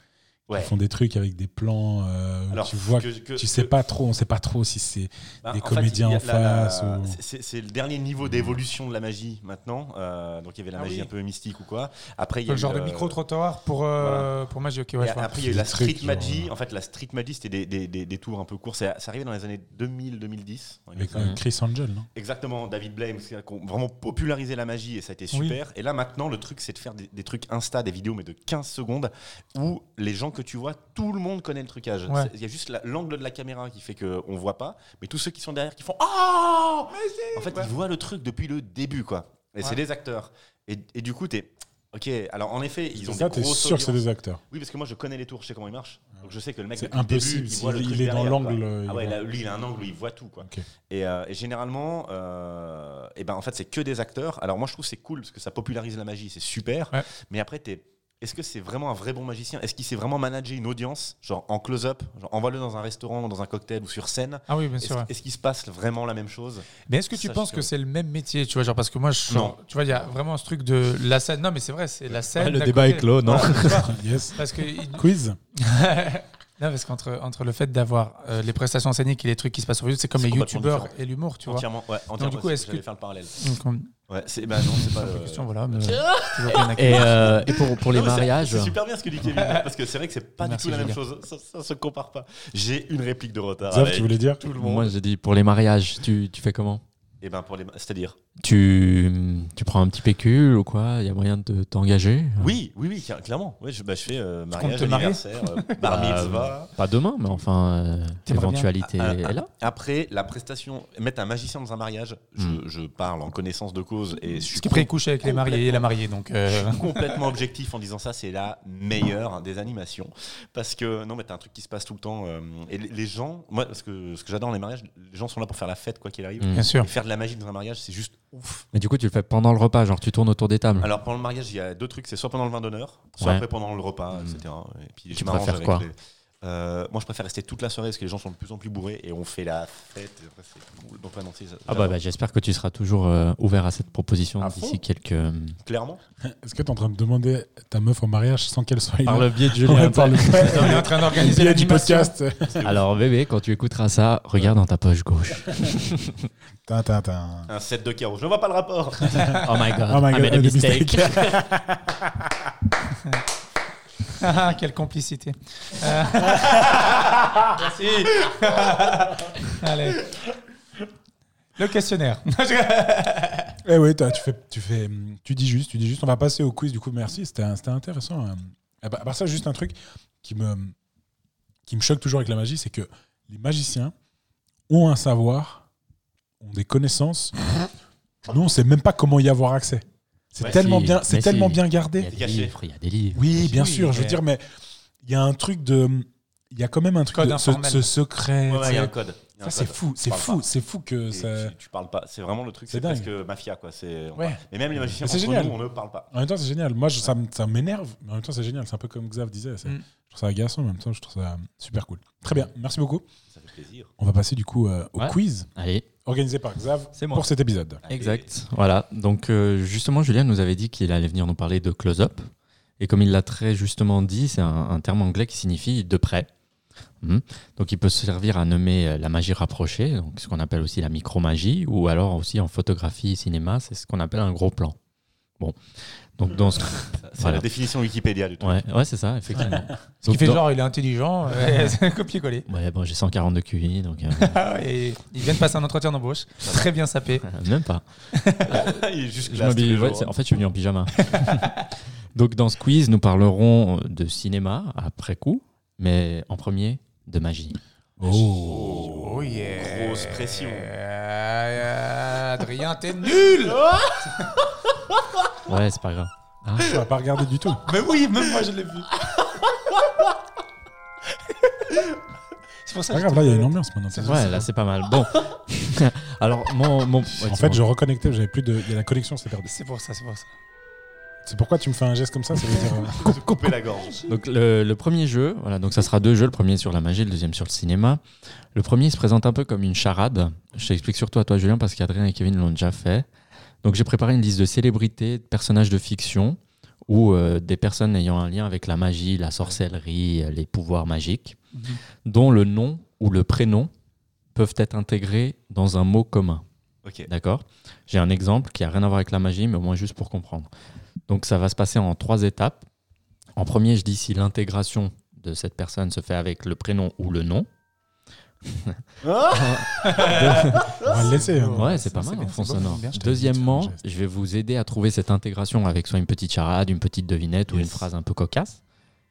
Ouais.
qui font des trucs avec des plans euh, où tu vois que, tu sais pas trop, on sait pas trop si c'est
bah,
des comédiens en face ou- Mm.
C'est c'est le dernier niveau d'évolution de la magie maintenant. Euh, donc il y avait la
Ah
magie
oui.
un peu mystique ou quoi. Après il y a
Le
eu,
genre de
euh,
micro-trottoir pour, euh, pour magie. Ok, ouais,
et
je vois.
après, il y a eu la
Des trucs, euh.
street magie.
genre.
En fait, la street magie, c'était des, des, des- des tours un peu courts. C'est c'est arrivé dans les années 2000-2010.
avec euh, Chris Angel,
Hein.
non
Exactement, David Blaine, qui a vraiment popularisé la magie et ça a été
Oui.
super. Et là maintenant, le truc, c'est de faire des, des trucs Insta, des vidéos, mais de 15 secondes, où les gens que tu vois, tout le monde connaît le trucage.
Ouais.
C'est- Il y a juste la- l'angle de la caméra qui fait qu'on voit pas, mais tous ceux qui sont derrière qui font Ah En fait, ils voient le truc depuis le début, quoi. Et
Ouais.
c'est des acteurs. Et, et du coup, t'es. Ok, alors en effet, ils ont
Ça,
des
t'es
grosses
sûr que c'est
audiences.
des acteurs.
Oui, parce que moi je connais les tours, je sais comment ils marchent.
Ah.
Donc je sais que le mec,
C'est
depuis le début,
impossible,
il voit le
s'il-
truc
il est dans
derrière,
l'angle,
quoi.
euh,
Ah
il
ouais,
voit.
là, lui, il a un angle où il voit tout. Quoi.
Ok.
Et, euh, et généralement, euh, et ben, en fait, c'est que des acteurs. Alors moi je trouve que c'est cool parce que ça popularise la magie, c'est super.
Ouais.
Mais après, t'es. Est-ce que c'est vraiment un vrai bon magicien Est-ce qu'il sait vraiment manager une audience, genre en close-up, genre envoie-le dans un restaurant, dans un cocktail ou sur scène
Ah oui, bien
Est-ce
sûr. ouais.
est-ce qu'il se passe vraiment la même chose
Mais est-ce que tu
Ça,
penses
je-
que c'est le même métier Tu vois, genre, parce que moi, je.
Non.
Tu vois, il y a vraiment ce truc de la scène. Non, mais c'est vrai, c'est la scène.
le
d'à
débat
côté.
est clos, non
Voilà, tu vois,
Yes.
Parce que
Quiz
non, parce qu'entre entre le fait d'avoir euh, les prestations scéniques et les trucs qui se passent sur YouTube, c'est comme
C'est
les
complètement
youtubeurs
différent.
et l'humour, tu vois.
Entièrement, ouais, entièrement.
du coup,
c'est-
est-ce que-
j'allais faire le parallèle
Donc, on-
Ouais, c'est bah non, c'est pas. euh,
question, voilà. mais- toujours bien accueilli.
Et, euh, et pour, pour les
Non, mais c'est-
mariages,
C'est super bien ce que dit Kevin, parce que c'est vrai que c'est pas
Merci,
du tout la même
Julien.
chose. Ça, ça se compare pas. J'ai une réplique de retard.
Zav,
avec
tu voulais dire
tout le monde.
moi j'ai dit pour les mariages, tu, tu fais comment
Et ben pour les, c'est-à-dire,
Tu, tu prends un petit pécule ou quoi Il y a moyen de t'engager
Oui, oui, oui, cla- clairement. Ouais, je, bah, je fais euh,
comptes
mariage,
te marier
anniversaire, euh, bar
Bah,
mitzvah.
Pas demain, mais enfin, euh,
T'aimerais
l'éventualité
Ah, ah,
est là.
Après, la prestation, mettre un magicien dans un mariage, je, je parle en connaissance de cause et je suis
Ce qui précouche avec les mariés et la mariée, donc. euh,
Je suis complètement objectif en disant ça, c'est la meilleure des animations. Parce que, non, mais t'as un truc qui se passe tout le temps. euh, et les- les gens, moi, parce que ce que j'adore dans les mariages, les gens sont là pour faire la fête, quoi qu'il arrive.
Mm.
Bien sûr.
Et faire de la magie dans un mariage, c'est juste ouf.
Mais du coup, tu le fais pendant le repas, genre tu tournes autour des tables.
Alors, pendant le mariage, il y a deux trucs c'est soit pendant le vin d'honneur, soit
Mm. Ouais.
après pendant le repas,
Mm.
etc. Et puis,
Tu
je m'arrange
préfères
avec
quoi
les- Euh, moi, je préfère rester toute la soirée parce que les gens sont de plus en plus bourrés et on fait la fête. Et après, c'est cool. Donc, ouais, non, c'est-
ah bah, bah, j'espère que tu seras toujours euh, ouvert à cette proposition
À fond.
d'ici quelques. euh, Par
clairement.
Est-ce que t'es en train de demander ta meuf en mariage sans qu'elle soit là
le biais de
Ouais, par le
Non, on est en train d'organiser
biais du
l'animation.
podcast.
Alors bébé, quand tu écouteras ça, regarde dans ta poche gauche.
Tin, tin, tin.
Un set de carreaux. Je ne vois pas le rapport.
Oh my god,
Oh my
I made
god,
a
the
mistake.
mistake.
Ah, quelle complicité. Euh, Merci. Allez. Le questionnaire.
Eh oui, toi, tu fais, tu fais, tu dis juste, tu dis juste. On va passer au quiz. Du coup, merci. C'était, un- c'était intéressant. hein. À part à part ça, juste un truc qui me, qui me choque toujours avec la magie, c'est que les magiciens ont un savoir, ont des connaissances. Nous, on sait même pas comment y avoir accès. C'est
Ouais,
tellement
si,
bien, c'est
mais
tellement
si.
bien
Il y a
gardé.
des
Caché.
livres, il y a des livres.
Oui, bien
Oui,
sûr. Je veux
mais-
dire, mais il y a un truc de, il y a quand même un truc
Code
de ce,
informel.
ce secret.
Ouais, ouais,
tu sais.
il y a un code. Il y a
ça, c'est
un code.
fou, c'est
Parle
fou,
pas.
c'est fou que
Et
ça.
tu, tu parles pas. C'est vraiment le truc,
C'est
c'est
dingue.
presque mafia quoi. C'est on-
Ouais.
Mais même les magiciens,
Mais c'est
entre
génial.
nous, on ne parle pas.
En même temps, c'est génial. Moi, je- ça, me- ça m'énerve, mais en même temps, c'est génial. C'est un peu comme Xav disait. c'est-
Mm.
Je trouve ça agaçant, en même temps, je trouve ça super cool. Très bien, merci beaucoup.
Ça fait plaisir.
On va passer du coup euh, au
Ouais.
quiz
Allez,
organisé par Xav
C'est moi.
pour cet épisode.
exact. Voilà, donc euh, justement, Julien nous avait dit qu'il allait venir nous parler de close-up. Et comme il l'a très justement dit, c'est un, un terme anglais qui signifie de près. Mhm. Donc il peut servir à nommer euh, la magie rapprochée, donc ce qu'on appelle aussi la micromagie, ou alors aussi en photographie et cinéma, c'est ce qu'on appelle un gros plan. Bon, donc dans ce...
Ça, C'est
Voilà.
la définition Wikipédia du truc.
Ouais, ouais c'est ça, effectivement.
Ce qui
Donc
fait
dans-
genre, il est intelligent. euh, C'est un copier-coller.
Ouais, bon, j'ai 142 QI, donc euh,
Ah, et il vient de passer un entretien d'embauche. Très bien sapé.
même pas.
Il est juste
Je
classe tous
m'habille-
les
ouais,
jours.
c'est- en fait, je suis venu en pyjama. Donc, dans ce quiz, nous parlerons de cinéma après coup, mais en premier, de magie.
Oh, Grosse pression.
Euh, Adrien, t'es nul
Ouais, c'est pas grave.
On va pas regarder du tout.
Mais oui, même moi je l'ai vu.
Ah.
C'est pour ça
Pas
que
grave, là, il y a une ambiance maintenant.
Ouais, là, c'est pas mal. Bon. Alors, mon. mon- ouais,
En fait, je
dis-moi.
reconnectais, j'avais plus de. il y a La connexion s'est perdue.
C'est pour ça, c'est pour ça.
C'est pourquoi tu me fais un geste comme ça, ça veut dire. euh,
Se couper la gorge.
Donc, le, le premier jeu, voilà, donc ça sera deux jeux, le premier sur la magie, le deuxième sur le cinéma. Le premier se présente un peu comme une charade. Je t'explique surtout à toi, Julien, parce qu'Adrien et Kevin l'ont déjà fait. Donc, j'ai préparé une liste de célébrités, de personnages de fiction ou euh, des personnes ayant un lien avec la magie, la sorcellerie, euh, les pouvoirs magiques, dont le nom ou le prénom peuvent être intégrés dans un mot commun.
Ok.
D'accord J'ai un exemple qui a rien à voir avec la magie, mais au moins juste pour comprendre. Donc ça va se passer en trois étapes. En premier, je dis si l'intégration de cette personne se fait avec le prénom ou le nom.
On va le laisser. hein.
Ouais, c'est pas
c'est
mal
bien,
en fond
c'est beau,
sonore.
c'est bien, je
t'ai dit,
Deuxièmement,
c'est un geste.
je vais vous aider à trouver cette intégration avec soit une petite charade, une petite devinette ou une
Yes.
phrase un peu cocasse.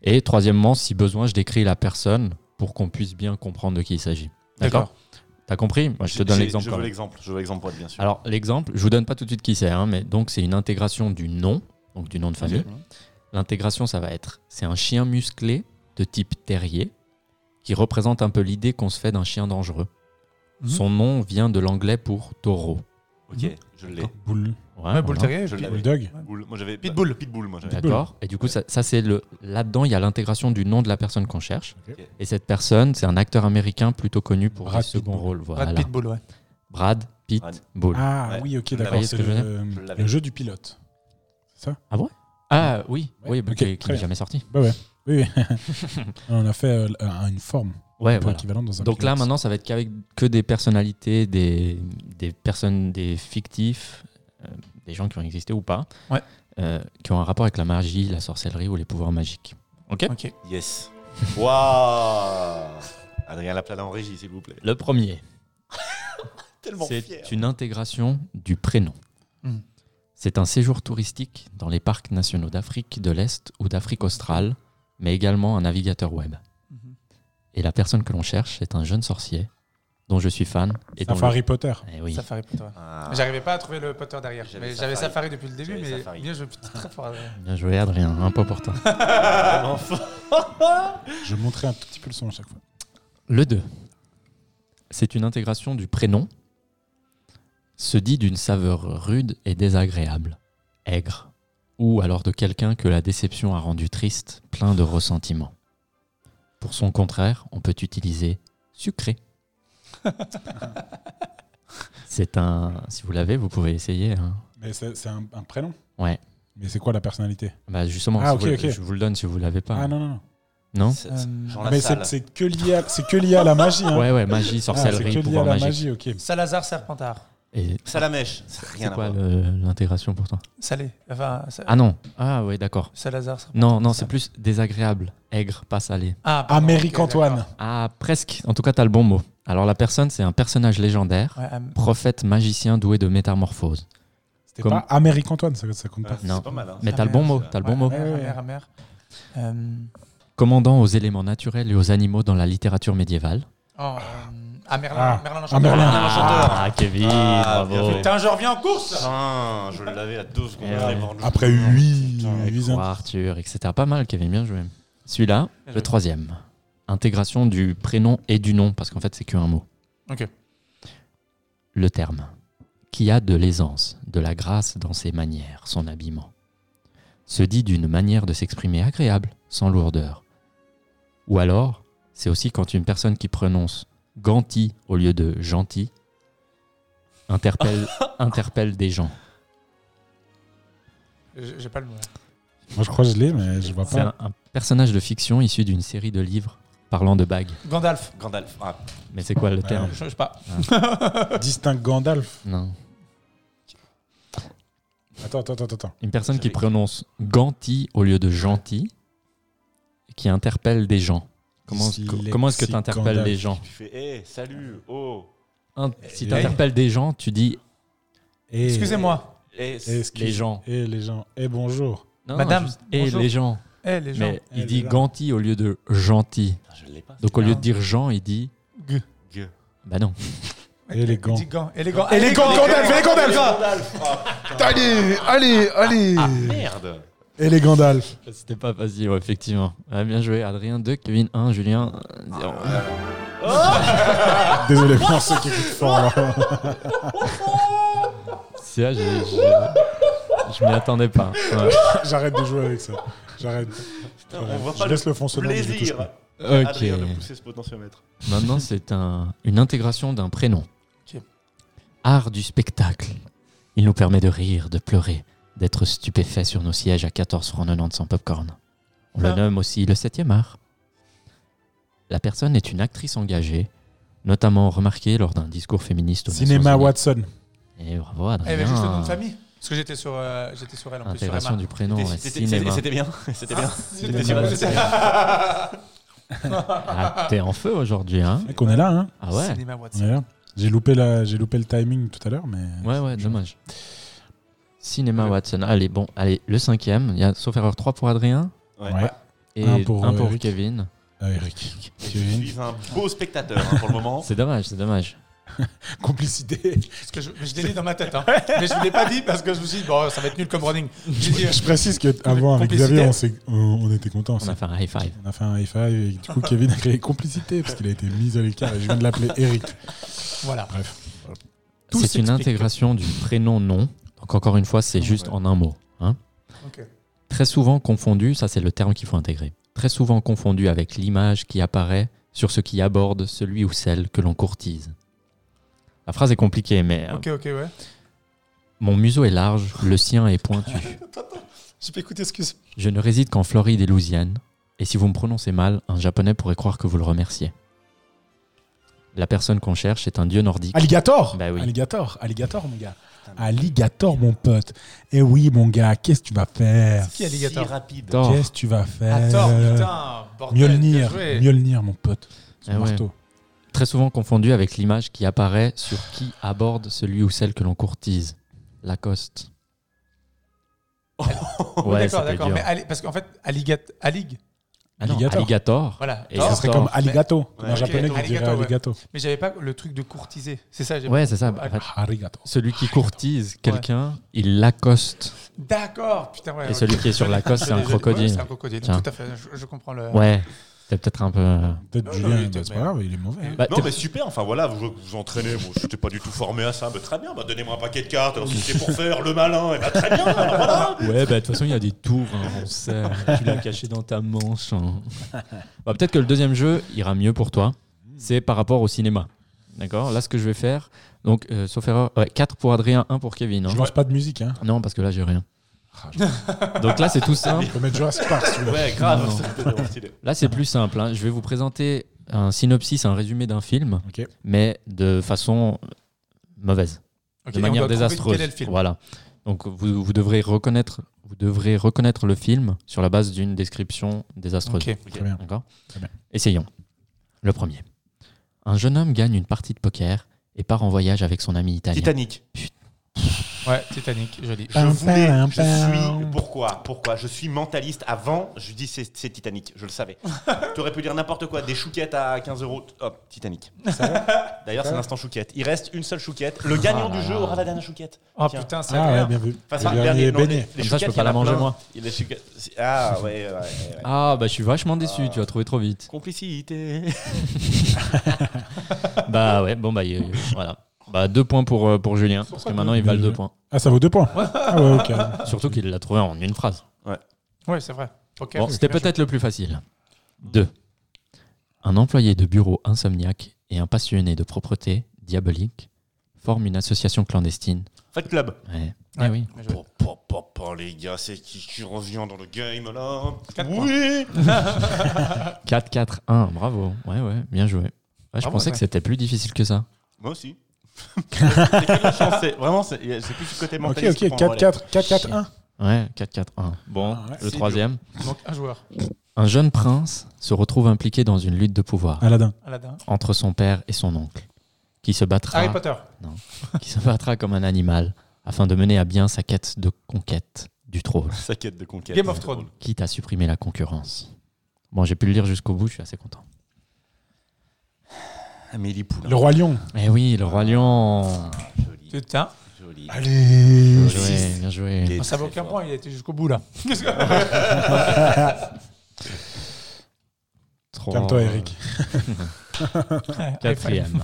Et troisièmement, si besoin, je décris la personne pour qu'on puisse bien comprendre de qui il s'agit. D'accord T'as compris Moi, je te donne
J'ai-
l'exemple.
Je
quand
veux
même.
l'exemple. Je veux l'exemple pour être bien sûr.
Alors, l'exemple, je vous donne pas tout de suite qui c'est, hein, mais donc c'est une intégration du nom, donc du nom de famille. L'intégration, ça va être c'est un chien musclé de type terrier qui représente un peu l'idée qu'on se fait d'un chien dangereux.
Mhm.
Son nom vient de l'anglais pour taureau. mm-hmm.
ok, je l'ai.
Bull,
Ouais,
Ah Ouais,
voilà.
Bull Terrier,
Je
puis-
l'avais.
bulldog.
Boule. Moi j'avais
Pitbull.
Pitbull. Moi j'avais.
D'accord. Et du coup, ça, ça, c'est le là-dedans, il y a l'intégration du nom de la personne qu'on cherche.
Ok.
Et cette personne, c'est un acteur américain plutôt connu pour
Brad
les seconds
Pitt.
rôles. Voilà.
Brad Pitbull, ouais.
Brad Pitt
Brad.
Bull. Ah,
Ah
Ouais.
oui, ok,
Vous
d'accord.
voyez ce
C'est
que je veux
le,
dire Je l'avais.
le jeu du pilote. C'est ça
oui,
Ouais.
oui, bah,
Ok,
qui- qui
très
n'est
bien.
jamais sorti.
Bah ouais. Oui, oui. On a fait euh, un- une forme
Ouais,
un peu
voilà.
équivalente dans un
Donc là,
pilote.
maintenant, ça va être qu'avec que des personnalités, des, des personnes, des fictifs, euh, des gens qui ont existé ou pas,
Ouais.
euh, qui ont un rapport avec la magie, la sorcellerie ou les pouvoirs magiques. Ok
Ok.
Yes. Waouh. Adrien Laplade en régie, s'il vous plaît.
Le premier,
Tellement
c'est
fier.
une intégration du prénom.
Mhm.
C'est un séjour touristique dans les parcs nationaux d'Afrique de l'Est ou d'Afrique australe, mais également un navigateur web.
Mhm.
Et la personne que l'on cherche est un jeune sorcier dont je suis fan. Et dont le-
Safari Potter.
Eh oui.
Safari Potter.
Ah.
J'arrivais pas à trouver le Potter derrière.
J'avais
Mais j'avais
Safari
Safari depuis le début,
J'avais
mais
Safari.
bien, je suis très fort. Adrien.
Bien joué, Adrien. Un point pour toi.
Je montrais un tout petit peu le son à chaque fois.
Le 2. C'est une intégration du prénom. Se dit d'une saveur rude et désagréable. Aigre. Ou alors de quelqu'un que la déception a rendu triste, plein de ressentiment. Pour son contraire, on peut utiliser sucré. C'est un. Si vous l'avez, vous pouvez essayer. hein.
Mais c'est c'est un, un prénom
Ouais.
Mais c'est quoi la personnalité
Bah justement,
Ah,
si
ok,
vous le-
ok.
je vous le donne si vous l'avez pas.
Ah non, non, non.
Non
C'est- c'est-
Euh,
Jean
Ah, mais
Lassalle.
c'est c'est que, lié à- c'est que lié à la magie. Hein.
Ouais, ouais, magie,
Ah,
sorcellerie,
c'est que lié à
pouvoir
la
magique.
magie, ok.
Salazar Serpentard.
Et
Salamèche, ça n'a rien
c'est
à
quoi
voir.
le- l'intégration pour toi
Salé. Enfin, Sa-
Ah non. Ah ouais, d'accord.
Salazar Serpentard.
Non, non, c'est
Salé.
plus désagréable, aigre, pas salé.
Ah, pardon,
Amérique
ok,
Antoine.
d'accord.
Ah, presque. En tout cas, t'as le bon mot. Alors, la personne, c'est un personnage légendaire,
Ouais, Am-
prophète magicien doué de métamorphose.
C'était
Comme-
pas Amérique Antoine, ça, ça compte
Ah,
pas.
c'est
Non.
pas mal. hein.
Mais
Ah,
t'as le bon
merde,
mot,
ça.
t'as le bon mot.
Ouais.
Amer, amer, amer. Euh,
Commandant aux éléments naturels et aux animaux dans la littérature médiévale.
oh, euh, ah, Merlin.
Ah,
Merlin
ah,
l'Enchanteur.
Merlin.
Ah, Kevin,
Ah, bien
bravo. Eh
fait.
Putain, je reviens en course
Putain, je l'avais à 12 secondes.
Ouais.
vraiment.
Après 8
Putain.
Croix, euh, Arthur, etc. Pas mal, Kevin, bien joué. Celui-là, le troisième. Intégration du prénom et du nom, parce qu'en fait, c'est qu'un mot.
Ok.
Le terme. Qui a de l'aisance, de la grâce dans ses manières, son habillement. Se dit d'une manière de s'exprimer agréable, sans lourdeur. Ou alors, c'est aussi quand une personne qui prononce ganti au lieu de gentil interpelle, interpelle des gens.
J'ai j'ai pas le mot.
Moi, je crois que je l'ai, mais je vois
C'est
pas.
un, un personnage de fiction issu d'une série de livres parlant de bagues.
Gandalf.
Gandalf. Ah,
Mais c'est quoi le terme
Je sais pas.
Distinct Gandalf.
Non.
Attends, attends, attends, attends.
Une personne qui
J'avais-
prononce ganti au lieu de gentil, qui interpelle des gens. Comment,
Dyslexique
comment est-ce que tu interpelles
Gandalf.
les gens
tu fais, hé, salut, oh.
Un- Si
Eh,
tu interpelles des gens, tu dis
Et-
Excusez-moi.
Eh,
et-
c'est-
excuse-
les gens.
Et les gens. Et bonjour.
Non,
Madame,
juste, eh,
bonjour.
les gens.
Eh, les gens.
Mais
Eh,
il
les
dit
gens.
ganti au lieu de gentil.
Putain, Ah, Je l'ai pas.
Donc au lieu
bien.
de dire gens, il dit.
G.
Gueux.
Bah non.
Élégant.
Élégant. Élégant.
Élégant,
Gandalf. Élégant Gandalf.
Gandalf. Ah,
Allez, allez, allez
Ah,
merde.
Et les Gandalf.
C'était pas facile, ouais, effectivement. Ouais, Ah, bien joué, Adrien 2, Kevin 1, Julien euh, 0.
Désolé pour ceux qui écoutent fort. là.
C'est là, je, je, je m'y attendais pas. Ouais.
J'arrête de jouer avec ça. J'arrête.
Putain, on voit
Je
pas
laisse
le
le fond sonore. mais je touche
plaisir.
pas.
Adrien de
Ok.
pousser ce potentiomètre.
Maintenant, c'est un- une intégration d'un prénom.
Ok.
Art du spectacle. Il nous permet de rire, de pleurer, d'être stupéfait sur nos sièges à 14 francs 90 sans popcorn. On le
Ah.
nomme aussi le septième art. La personne est une actrice engagée, notamment remarquée lors d'un discours féministe. au
Cinéma
Watts.
Watson.
Et bravo
Elle avait Eh ben, juste le nom de
Adrien.
famille. Parce que j'étais sur, euh, j'étais sur elle en plus. Sur
Intégration
Emma.
du prénom, ouais,
C'était- c'était-
cinéma.
C'était bien. C'était bien.
C'était
sur
sur
elle,
elle.
c'était
Ah, T'es en feu aujourd'hui, hein
Mec, on est là, hein
Ah ouais
Cinéma
On
Watson.
est là. J'ai loupé, la... j'ai loupé le timing tout à l'heure, mais.
Ouais, ouais, dommage. Cinéma Watson. Allez, bon, allez, le cinquième. Il y a sauf erreur 3 pour Adrien
Ah. Ouais.
et
Un
un pour,
pour, euh, Eric.
Kevin.
Ah, Eric.
Je suis un beau spectateur hein, pour le moment.
C'est dommage, c'est dommage.
Complicité.
Parce que je, je l'ai dit dans ma tête. Hein. Mais je ne l'ai pas dit parce que je me suis dit, bon, ça va être nul comme running. J'ai dit,
Je précise qu'avant, avec
Complicité.
Xavier, on, s'est- on- on était contents.
On a fait un high five.
On a fait un high five et du coup Kevin a créé complicité parce qu'il a été mis à l'écart et je viens de l'appeler Eric.
voilà.
C'est une
Tout s'explique.
intégration du prénom-nom. Donc, encore une fois, c'est juste en un mot. hein.
Ok.
Très souvent confondu, ça c'est le terme qu'il faut intégrer. Très souvent confondu avec l'image qui apparaît sur ce qui aborde celui ou celle que l'on courtise. La phrase est compliquée, mais euh,
Ok, ok, ouais.
mon museau est large, le sien est pointu.
J'ai pas écouté, excuse.
Je ne réside qu'en Floride et Louisiane, et si vous me prononcez mal, un japonais pourrait croire que vous le remerciez. La personne qu'on cherche est un dieu nordique.
Alligator
Bah oui.
Alligator, alligator mon gars. Alligator mon pote. Eh oui mon gars, qu'est-ce que tu vas faire
Qui est Alligator
Si rapide.
Thor.
Qu'est-ce que tu vas
Euh,
faire
Attends, putain. Bordel. bien
Mjolnir,
joué.
Mjolnir mon pote. Son
Ah ouais.
marteau.
Très souvent confondu avec l'image qui apparaît sur qui aborde celui ou celle que l'on courtise. Lacoste.
Oui,
ouais,
Oh, d'accord,
c'était
d'accord.
dur.
Mais allez- parce qu'en fait, alligat- alligue.
Ah non,
Alligator.
alligator.
Voilà.
Et
Thor.
ça
Ça
serait
serait
D'accord.
comme alligato.
Ouais.
Comme un japonais qui
Arigato,
dirait
ouais.
alligato.
Mais j'avais pas le truc de courtiser. C'est ça. j'ai-
Ouais, c'est ça. En fait,
Ah, Arigato.
celui qui courtise quelqu'un, il l'accoste.
D'accord. Putain. Ouais,
Et
ouais.
celui qui est sur Lacoste,
Je-
c'est un
je- ouais,
crocodile.
c'est un crocodile.
Tiens.
Tout à fait. Je, je comprends le.
Ouais, c'est peut-être un peu.
Peut-être
Non, non,
Julien,
mais
bah,
t'es-
c'est pas grave, il est mauvais. hein.
Bah,
Non,
t'es-
mais super, enfin voilà, vous vous entraînez. Moi, je n'étais pas du tout formé à ça. Bah, très bien, bah, donnez-moi un paquet de cartes. Alors, si c'est pour faire le malin, et bah, très bien, alors voilà.
Ouais, bah de toute façon, il y a des tours, hein, on sait. tu l'as caché dans ta manche. hein. Bah, Peut-être que le deuxième jeu ira mieux pour toi. C'est par rapport au cinéma. D'accord Là, ce que je vais faire, donc, euh, sauf erreur, 4 pour Adrien, 1 pour Kevin. hein.
Je lance pas de musique. Hein.
Non, parce que là, j'ai rien.
Ah, je-
Donc là, c'est tout simple.
Je peux mettre Jurassic Park. si tu veux.
Ouais, grave. c'est vraiment stylé.
Là, c'est plus simple. hein. Je vais vous présenter un synopsis, un résumé d'un film,
Ok.
mais de façon mauvaise.
Ok,
de
et on
manière
doit trouver
désastreuse.
Quel est le film
Voilà. Donc vous, vous devrez reconnaître vous devrez reconnaître le film sur la base d'une description désastreuse.
Ok.
Très bien.
D'accord
Très bien.
Essayons. Le premier. Un jeune homme gagne une partie de poker et part en voyage avec son ami italien.
Titanic.
Ouais. Titanic. Joli.
Je voulais,
Pam, pam,
je
pam.
suis. Pourquoi Pourquoi Je suis mentaliste. Avant, je dis c'est c'est Titanic, je le savais. tu aurais pu dire n'importe quoi, des chouquettes à 15 euros. t- Hop, Titanic. D'ailleurs, c'est l'instant chouquette. Il reste une seule chouquette. Le gagnant du
là
jeu
là.
aura la dernière chouquette.
Oh
Tiens.
putain, c'est
Ah ouais,
rien.
bien vu.
Enfin,
Le
ça, le
dernier
dernier, non,
baigné.
les- les
Comme ça, je
chouquettes,
peux pas
il y en a
la manger,
plein.
moi.
Il y a des chouquettes- c'est- Ah ouais, ouais, ouais, ouais.
Ah bah je suis vachement déçu, tu as trouvé trop vite.
Complicité.
bah ouais, bon bah euh, voilà. Bah deux points pour, euh, pour Julien, parce que maintenant il valent deux points.
Ah, ça vaut deux points. Ah ouais, ok.
Surtout qu'il l'a trouvé en une phrase.
Ouais, c'est vrai. Ok.
Bon, c'était peut-être le plus facile. 2. Un employé de bureau insomniaque et un passionné de propreté diabolique forment une association clandestine.
Faites club.
Ouais.
Ouais.
Eh oui.
Bien joué.
Po, po, po, po, hein, les gars, c'est qui qui revient dans le game là
Quatre
Oui
4-4-1, bravo. Ouais, ouais, bien joué. Ouais, je
Bravo,
pensais
ouais.
que c'était plus difficile que ça.
Moi aussi. C'est que de la chance, c'est- Vraiment, c'est c'est plus le côté
Ok,
mentaliste. qui
ok.
prend le relais.
4-4. 4-4-1.
Ouais, 4-4-1. Bon,
Ah ouais,
le
c'est
troisième.
Il manque un joueur.
Un jeune prince se retrouve impliqué dans une lutte de pouvoir
Aladdin.
Aladdin.
entre son père et son oncle, qui se battra,
Harry Potter.
qui se battra comme un animal afin de mener à bien sa quête de conquête du trône.
Sa quête de conquête.
Game of Thrones.
quitte à supprimer la concurrence. Bon, j'ai pu le lire jusqu'au bout, je suis assez content.
Amélie Poulain.
Le Roi Lion.
Eh oui, le Roi Lion
Joli,
Putain.
joli.
Ah, Allez.
Bien joué, bien joué.
Il est
Ça vaut
très
aucun
fort.
point. Il a été jusqu'au bout là.
Trois-
Calme-toi, Eric.
Quatrième.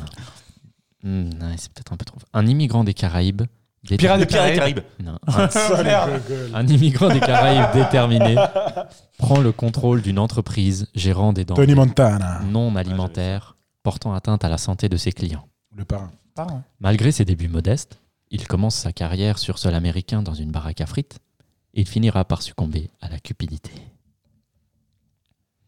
Hmm, ouais, c'est peut-être un peu trop. Un immigrant des Caraïbes. déter-
Pirate
Le Pirate des Caraïbes.
Non, un,
Merde.
un immigrant des Caraïbes déterminé prend le contrôle d'une entreprise gérant des
Tony
denrées
Montana.
non alimentaires portant atteinte à la santé de ses clients.
Le parrain.
Pardon.
Malgré ses débuts modestes, il commence sa carrière sur sol américain dans une baraque à frites. Il finira par succomber à la cupidité.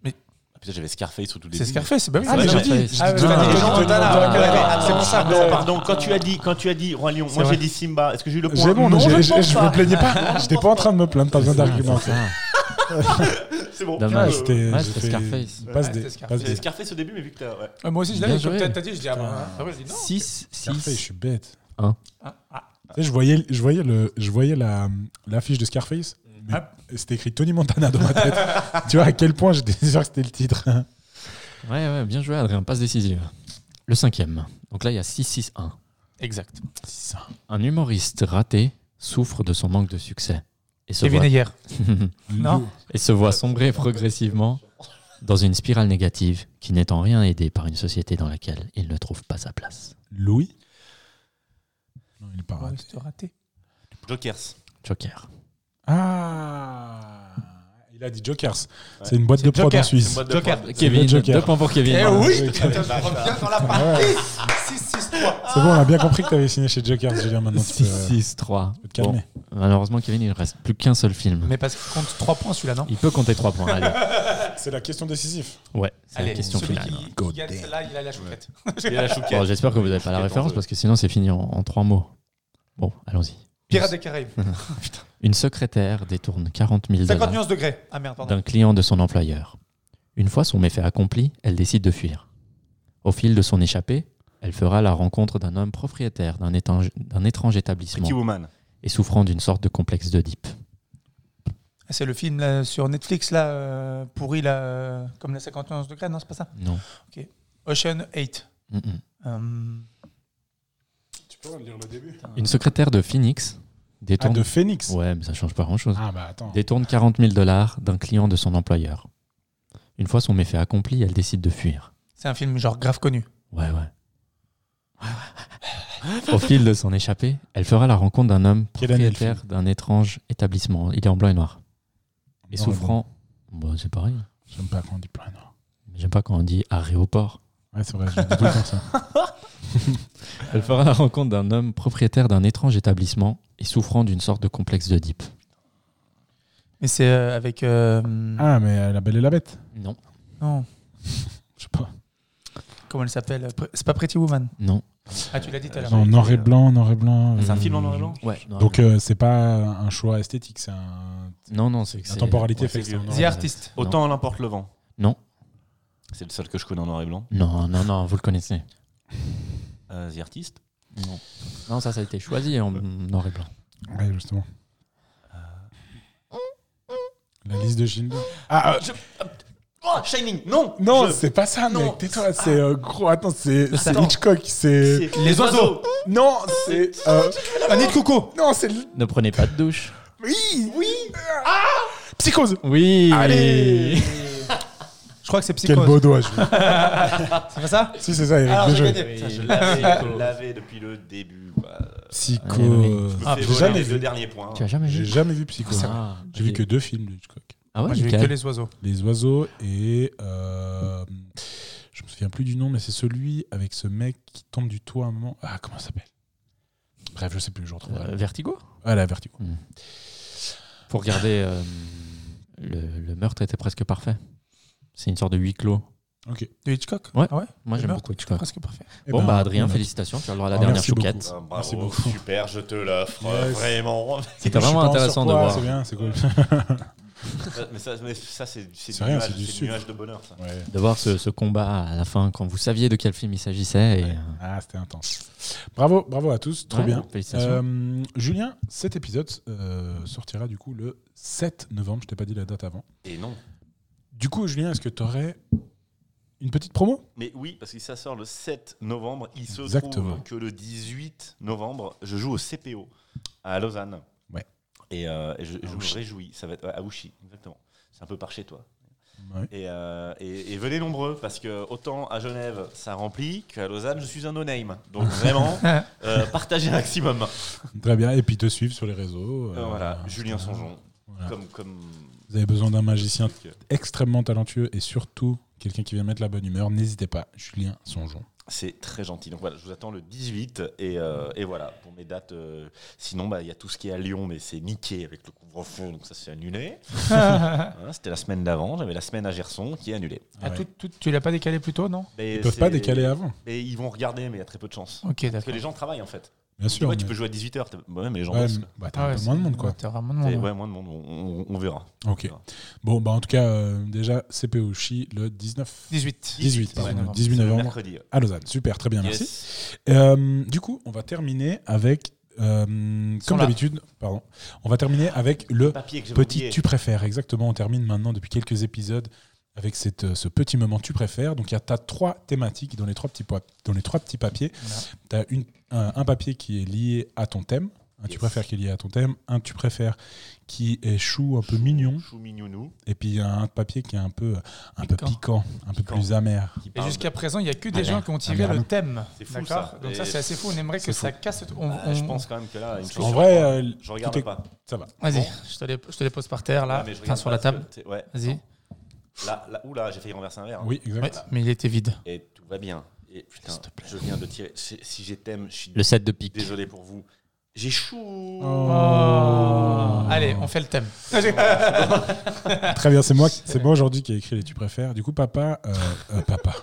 Ah, putain, j'avais Scarface au tout début.
C'est Scarface. Bah oui.
Ah,
c'est
mais
vrai.
j'ai dit-
j'ai
Ah,
dit
mais
Tony
t'as dit
Montana.
Jean Montana.
Tony
Ah, d'accord,
Montana.
d'accord.
c'est pour ça.
Ouais.
Non, pardon. Quand tu as dit, quand tu as dit Roi Lion, moi
vrai.
j'ai dit Simba. Est-ce que j'ai eu le point
C'est bon,
Non,
je,
je
je,
pense
je
pas.
me plaignais pas. J'étais pas en train de me plaindre, t'as besoin d'arguments.
C'est ça.
C'est bon.
Dommage.
Euh,
C'était
Ouais,
j'ai
c'était
fait-
Scarface.
Passe
Ouais,
des.
c'était Scarface.
passe
J'avais
des.
Scarface au début, mais vu que t'as. ouais.
Ouais, Moi aussi, je
Bien
l'avais. Comme
joué.
t'as t'as dit, je dis ah bah, ah ouais, je dis non.
6,
Scarface, je
6.
suis bête.
Ah, ah.
Tu sais, je voyais, je voyais, le, je voyais la, l'affiche de Scarface. mais
Ah.
C'était écrit Tony Montana dans ma tête. tu vois à quel point j'étais sûr que c'était le titre.
Ouais, ouais, bien joué, Adrien. Passe décisive. Le cinquième. Donc là, il y a 6, 6, 1.
Exact.
Un humoriste raté souffre de son manque de succès et se,
Kevin
voit,
Ayer.
Lou.
Non.
et se voit sombrer progressivement dans une spirale négative qui n'est en rien aidée par une société dans laquelle il ne trouve pas sa place.
Louis Non, il est pas
Ouais,
raté.
c'était raté.
Jokers.
Joker.
Ah Il a dit Jokers. C'est une boîte de
C'est
prod en
Jokers.
Suisse.
Boîte de
Joker.
prod.
Kevin,
Joker.
2 points pour Kevin.
Eh
Voilà.
oui
Joker.
Putain, je reviens dans la
Ah ouais.
6-6-3.
C'est bon, on a bien compris que tu avais signé chez Jokers, Julien.
euh,
Maintenant, tu peux,
6-6-3.
peux te calmer.
Malheureusement, Kevin, il ne reste plus qu'un seul film.
Mais parce qu'il compte 3 points celui-là, non
Il peut compter 3 points. Allez.
C'est la question décisive.
Ouais, c'est la question
celui
finale.
qui, qui
God
gagne
damn.
celle-là, il a la chouquette.
Et la chouquette.
Bon, J'espère que vous n'avez pas la
Chouquette en
référence
jeu.
parce que sinon, c'est fini en, en 3 mots. Bon, allons-y.
Pirates des Caraïbes.
Une secrétaire détourne 40 000
50
dollars
nuances degrés. Ah merde, pardon.
d'un client de son employeur. Une fois son méfait accompli, elle décide de fuir. Au fil de son échappée, elle fera la rencontre d'un homme propriétaire d'un étange- d'un étrange établissement
Pretty Woman.
et souffrant d'une sorte de complexe d'Oedipe.
C'est le film là, sur Netflix, là, euh, pourri, là, euh, comme la 51 degrés, non, c'est pas ça
Non.
Ocean 8.
Mm, mm.
Euh,
Tu peux lire le début
Une secrétaire de
Ah,
Phoenix détourne.
de Phoenix
Ouais, mais ça change pas grand-chose.
Ah bah attends.
détourne 40 000 dollars d'un client de son employeur. Une fois son méfait accompli, elle décide de fuir.
c'est un film genre grave connu.
Ouais, ouais. Au fil de son échappée, elle fera la rencontre d'un homme
Quelle année le
propriétaire d'un étrange établissement. Il est en blanc et noir. Et
Non,
souffrant. Bon, c'est pareil.
J'aime pas quand on dit plein noir.
J'aime pas quand on dit aéroport.
Ouais, c'est vrai, je le dis tout le temps ça.
Elle fera la rencontre d'un homme propriétaire d'un étrange établissement et souffrant d'une sorte de complexe d'Oedipe.
Mais c'est euh, avec. euh,
Ah, mais euh, La Belle et la Bête
Non.
Non,
Je sais pas.
comment elle s'appelle Pre- C'est pas Pretty Woman.
Non.
Ah, tu l'as dit tout à l'heure.
Non, noir et blanc, noir et blanc.
C'est un
euh,
film en noir et blanc
Ouais.
Donc euh, c'est pas un choix esthétique, c'est un...
non, non, c'est que
la
c'est-
temporalité
ouais,
fait que
c'est
c'est en
vieux.
noir
The
et blanc.
Artist.
Autant l'importe le vent.
Non.
C'est le seul que je connais en noir et blanc.
Non, non, non, vous le connaissez.
Euh, The Artist.
Non. Non, ça, ça a été choisi en noir et blanc.
Ouais, justement. La liste de Schindler. Ah, euh,
Oh, Shining Non
non,
Je-
c'est pas ça,
Non.
mec. Tais-toi, c'est euh, gros. Attends, c'est c'est
Attends.
Hitchcock. C'est.
c'est
Les oiseaux.
Non, c'est. euh,
Un nid de coucou
Non, c'est.
Ne prenez pas de douche.
Oui Oui Ah Psychose
Oui
Allez
Je crois que c'est
Quel
Psychose.
beau doigt, je
C'est pas ça
Si, c'est ça, Eric,
Alors,
bien
j'ai
joué.
gagné.
Ah, Putain, Je
Ah,
l'avais- je l'avais depuis le début. quoi.
Psychose.
Je me
Ah,
euh,
fais
j'ai
voler
Ah, jamais
les
vu.
deux derniers points.
Tu as jamais
J'ai
vu
jamais vu Psychose.
Ah,
J'ai vu
ok.
que deux films de Hitchcock.
Ah ouais,
Moi, j'ai vu que
nickel.
les oiseaux.
Les oiseaux et euh, je me souviens plus du nom, mais c'est celui avec ce mec qui tombe du toit à un moment. Ah, comment ça s'appelle Bref, je sais plus, je retrouverai.
Euh, Vertigo
Ah, la vertigo.
Pour regarder euh, le, le meurtre était presque parfait. C'est une sorte de huis clos.
Ok.
De Hitchcock
Ouais.
Ah ouais
Moi,
Le
j'aime
meurtre
beaucoup Hitchcock.
Presque parfait.
Eh
bon,
ben,
bah, Adrien,
on a-
félicitations. Tu as le droit à la
Ah,
dernière
merci
chouquette.
beaucoup.
Ah,
Merci
bravo,
beaucoup.
super, je te l'offre.
Yes.
Vraiment.
C'était
Je suis
vraiment
pas en
intéressant de
surpoids,
voir.
C'est bien, c'est cool.
mais ça, mais ça, c'est c'est
C'est
du,
rien,
nuage,
c'est du
c'est du
sucre.
nuage de bonheur. Ça.
Ouais.
de voir ce, ce combat à la fin quand vous saviez de quel film il s'agissait. et,
Ouais.
euh,
Ah, c'était intense. Bravo, bravo à tous, trop
ouais,
bien.
Félicitations.
Euh, Julien, cet épisode euh, sortira du coup le 7 novembre. Je t'ai pas dit la date avant.
Et non.
Du coup, Julien, est-ce que tu aurais une petite promo
Mais oui, parce que ça sort le 7 novembre. Il se
Exactement.
trouve que le 18 novembre, je joue au CPO à Lausanne.
Ouais.
Et, euh, et je, je me
Ouchy.
réjouis. Ça va être ouais, à Ouchy, exactement. C'est un peu par chez toi.
Ouais.
Et, euh, et- et venez nombreux, parce que autant à Genève, ça remplit, qu'à Lausanne, je suis un no-name. Donc vraiment, euh, partagez un maximum.
Très bien. Et puis te suivre sur les réseaux.
Euh,
euh,
voilà, Julien
voilà.
Songeon.
Voilà.
Comme, comme...
Vous avez besoin d'un magicien extrêmement talentueux et surtout quelqu'un qui vient mettre la bonne humeur, n'hésitez pas, Julien Songeon.
C'est très gentil. Donc voilà, je vous attends le 18 et, euh, et voilà pour mes dates. euh, sinon, bah, il y a tout ce qui est à Lyon, mais c'est niqué avec le couvre-feu, donc ça c'est annulé. Hein, C'était la semaine d'avant, j'avais la semaine à Gerson qui est annulée.
Ah
Ah,
ouais.
tout- tout- tu l'as pas décalé plus tôt, non
Mais
Ils peuvent
c'est-
pas décaler avant,
Mais ils vont regarder, mais il y a très peu de chance.
Ok,
Parce que
d'accord.
les gens travaillent en fait.
bien
Tu
sûr.
vois, tu
mais-
peux jouer à 18h. Ouais, mais les gens
Ouais,
bossent.
mais- bah, t'as un peu
Ah c'est-
moins de monde, quoi.
T'as vraiment de
Et
monde. ouais.
Ouais, moins de monde, on, on- on verra.
Ok. Bon, bah, en tout cas, euh, déjà, CPO Chi le 19.
18.
18, pardon,
novembre.
le 18
C'est le
novembre
mercredi.
à Lausanne. Super, très bien, merci.
Yes.
Euh, du coup, on va terminer avec, euh,
sont
comme
là.
d'habitude, pardon, on va terminer avec le
Papier que j'ai
Petit
oublié.
tu préfères, exactement. On termine maintenant depuis quelques épisodes avec cette, euh, ce petit moment tu préfères. Donc il y a t'as trois thématiques dans les trois petits, poi- dans les trois petits papiers. Tu as une, un, un papier qui est lié à ton thème, un tu
Yes.
préfères qui est lié à ton thème, un tu préfères qui est chou, un peu
Chou-
mignon,
Chou mignonou.
et puis il y a un papier qui est un peu, euh, un peu
Piquant.
piquant, un peu
Piquant.
plus amer.
qui
Et
parle
jusqu'à présent, il n'y a que des
Alerte.
gens qui ont tiré
Alerte.
le thème.
C'est fou,
D'accord
ça.
Donc
Et
ça, c'est assez fou. On aimerait que
c'est
ça casse. on-
de- Ah, Je
on-
pense quand même que là, une
En
chaussure,
vrai, euh,
je regarde
tout est- Ah,
pas.
ça va.
Vas-y, je te, les, je te les pose par terre, là,
Ouais, mais je
enfin
regarde
sur
pas
la table.
parce que, t'sais, Ouais.
Vas-y.
Là, là, oula, j'ai failli renverser un verre. hein.
Oui, exact.
Ouais, mais il était vide.
Et tout va bien. Et putain, je viens de tirer. Si si j'ai thème, je suis
Le set de pique.
désolé pour vous. J'ai chaud.
Oh.
Allez, on fait le thème.
Très bien, c'est moi, c'est moi aujourd'hui qui ai écrit les tu préfères. Du coup, papa, euh, euh, papa.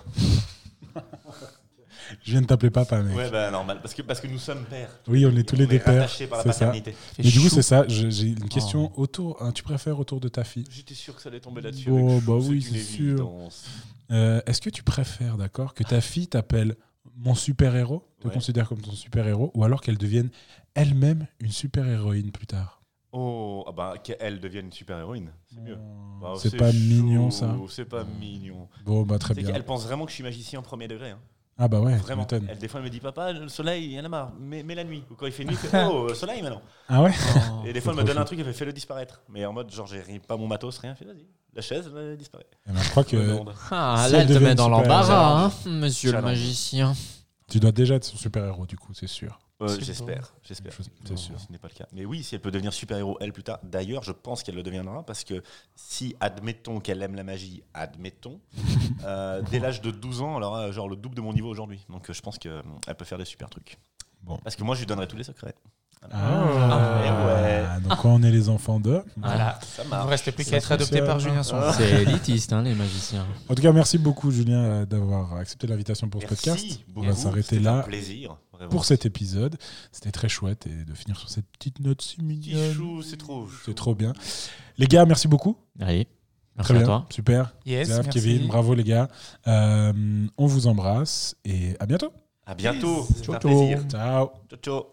Je viens de t'appeler papa, mec.
Ouais, bah normal, parce que, parce que nous sommes pères.
Oui, on est tous les deux pères.
Attachés par la
c'est ça.
paternité.
Fait
Mais du coup,
chou.
c'est ça. je- J'ai une question
Oh.
autour. hein, tu préfères autour de ta fille
J'étais sûr que ça allait tomber là-dessus.
Oh,
avec chaud,
bah oui,
une
c'est sûr.
évidence.
Euh, Est-ce que tu préfères, d'accord, que ta fille t'appelle mon super-héros, te
Ah. Ouais.
considère comme ton super-héros, ou alors qu'elle devienne elle-même une super-héroïne plus tard.
Oh, ah bah, qu'elle devienne une super-héroïne, c'est mieux. Bah,
Mm. Mmh, c'est pas
chaud,
mignon ça.
C'est pas mignon.
Bon, bah très
C'est
bien.
qu'elle pense vraiment que je suis magicien en premier degré. hein.
Ah bah ouais, tu
Vraiment.
m'étonnes.
Elle, des fois, elle me dit Papa, le soleil, il y en a marre, mais, mais la nuit. Ou quand il fait nuit, elle fait, Oh, le soleil maintenant.
Ah ouais
Et des fois,
c'est trop
elle me donne un
chaud.
truc, elle fait Fais-le disparaître. Mais en mode, genre, j'ai ri- pas mon matos, rien. Fait, Vas-y, la chaise, elle disparaît.
Eh ben, Je crois que
Demande.
Ah,
Si
là,
elle
elle te
devient
met dans
super
l'embarras, hein,
challenge.
monsieur le
Challenge.
magicien.
tu dois déjà être son super-héros, du coup, c'est sûr.
Euh,
C'est
j'espère, j'espère.
Je- c'est
Non,
sûr.
Ce n'est pas le cas. Mais oui, si elle peut devenir super-héros, elle plus tard. D'ailleurs, je pense qu'elle le deviendra parce que si, admettons qu'elle aime la magie, admettons, euh, dès l'âge de 12 ans, elle aura genre le double de mon niveau aujourd'hui. Donc euh, je pense qu'elle peut faire des super trucs.
Bon.
Parce que moi, je lui donnerai tous les secrets.
Ah, Donc quand on est les enfants d'eux.
Voilà.
Ça
Il ne
marche.
reste plus
Ça
qu'à être adopté
fonctionne,
par
hein.
Julien Soin.
C'est élitiste, hein, les magiciens.
En tout cas, merci beaucoup Julien euh, d'avoir accepté l'invitation pour ce podcast. On va s'arrêter
C'était un
là
plaisir. vraiment.
pour cet épisode. C'était très chouette et de finir sur cette petite note si
Petit
mignonne.
chou, c'est trop. chou.
C'est trop bien. Les gars, merci beaucoup.
Allez, merci
Très
à
bien.
toi.
Super.
Yes,
Xav,
merci.
Kevin, bravo les gars. Euh, on vous embrasse et à bientôt.
À bientôt. C'est un
Ciao.
plaisir.
Ciao.
Ciao, ciao.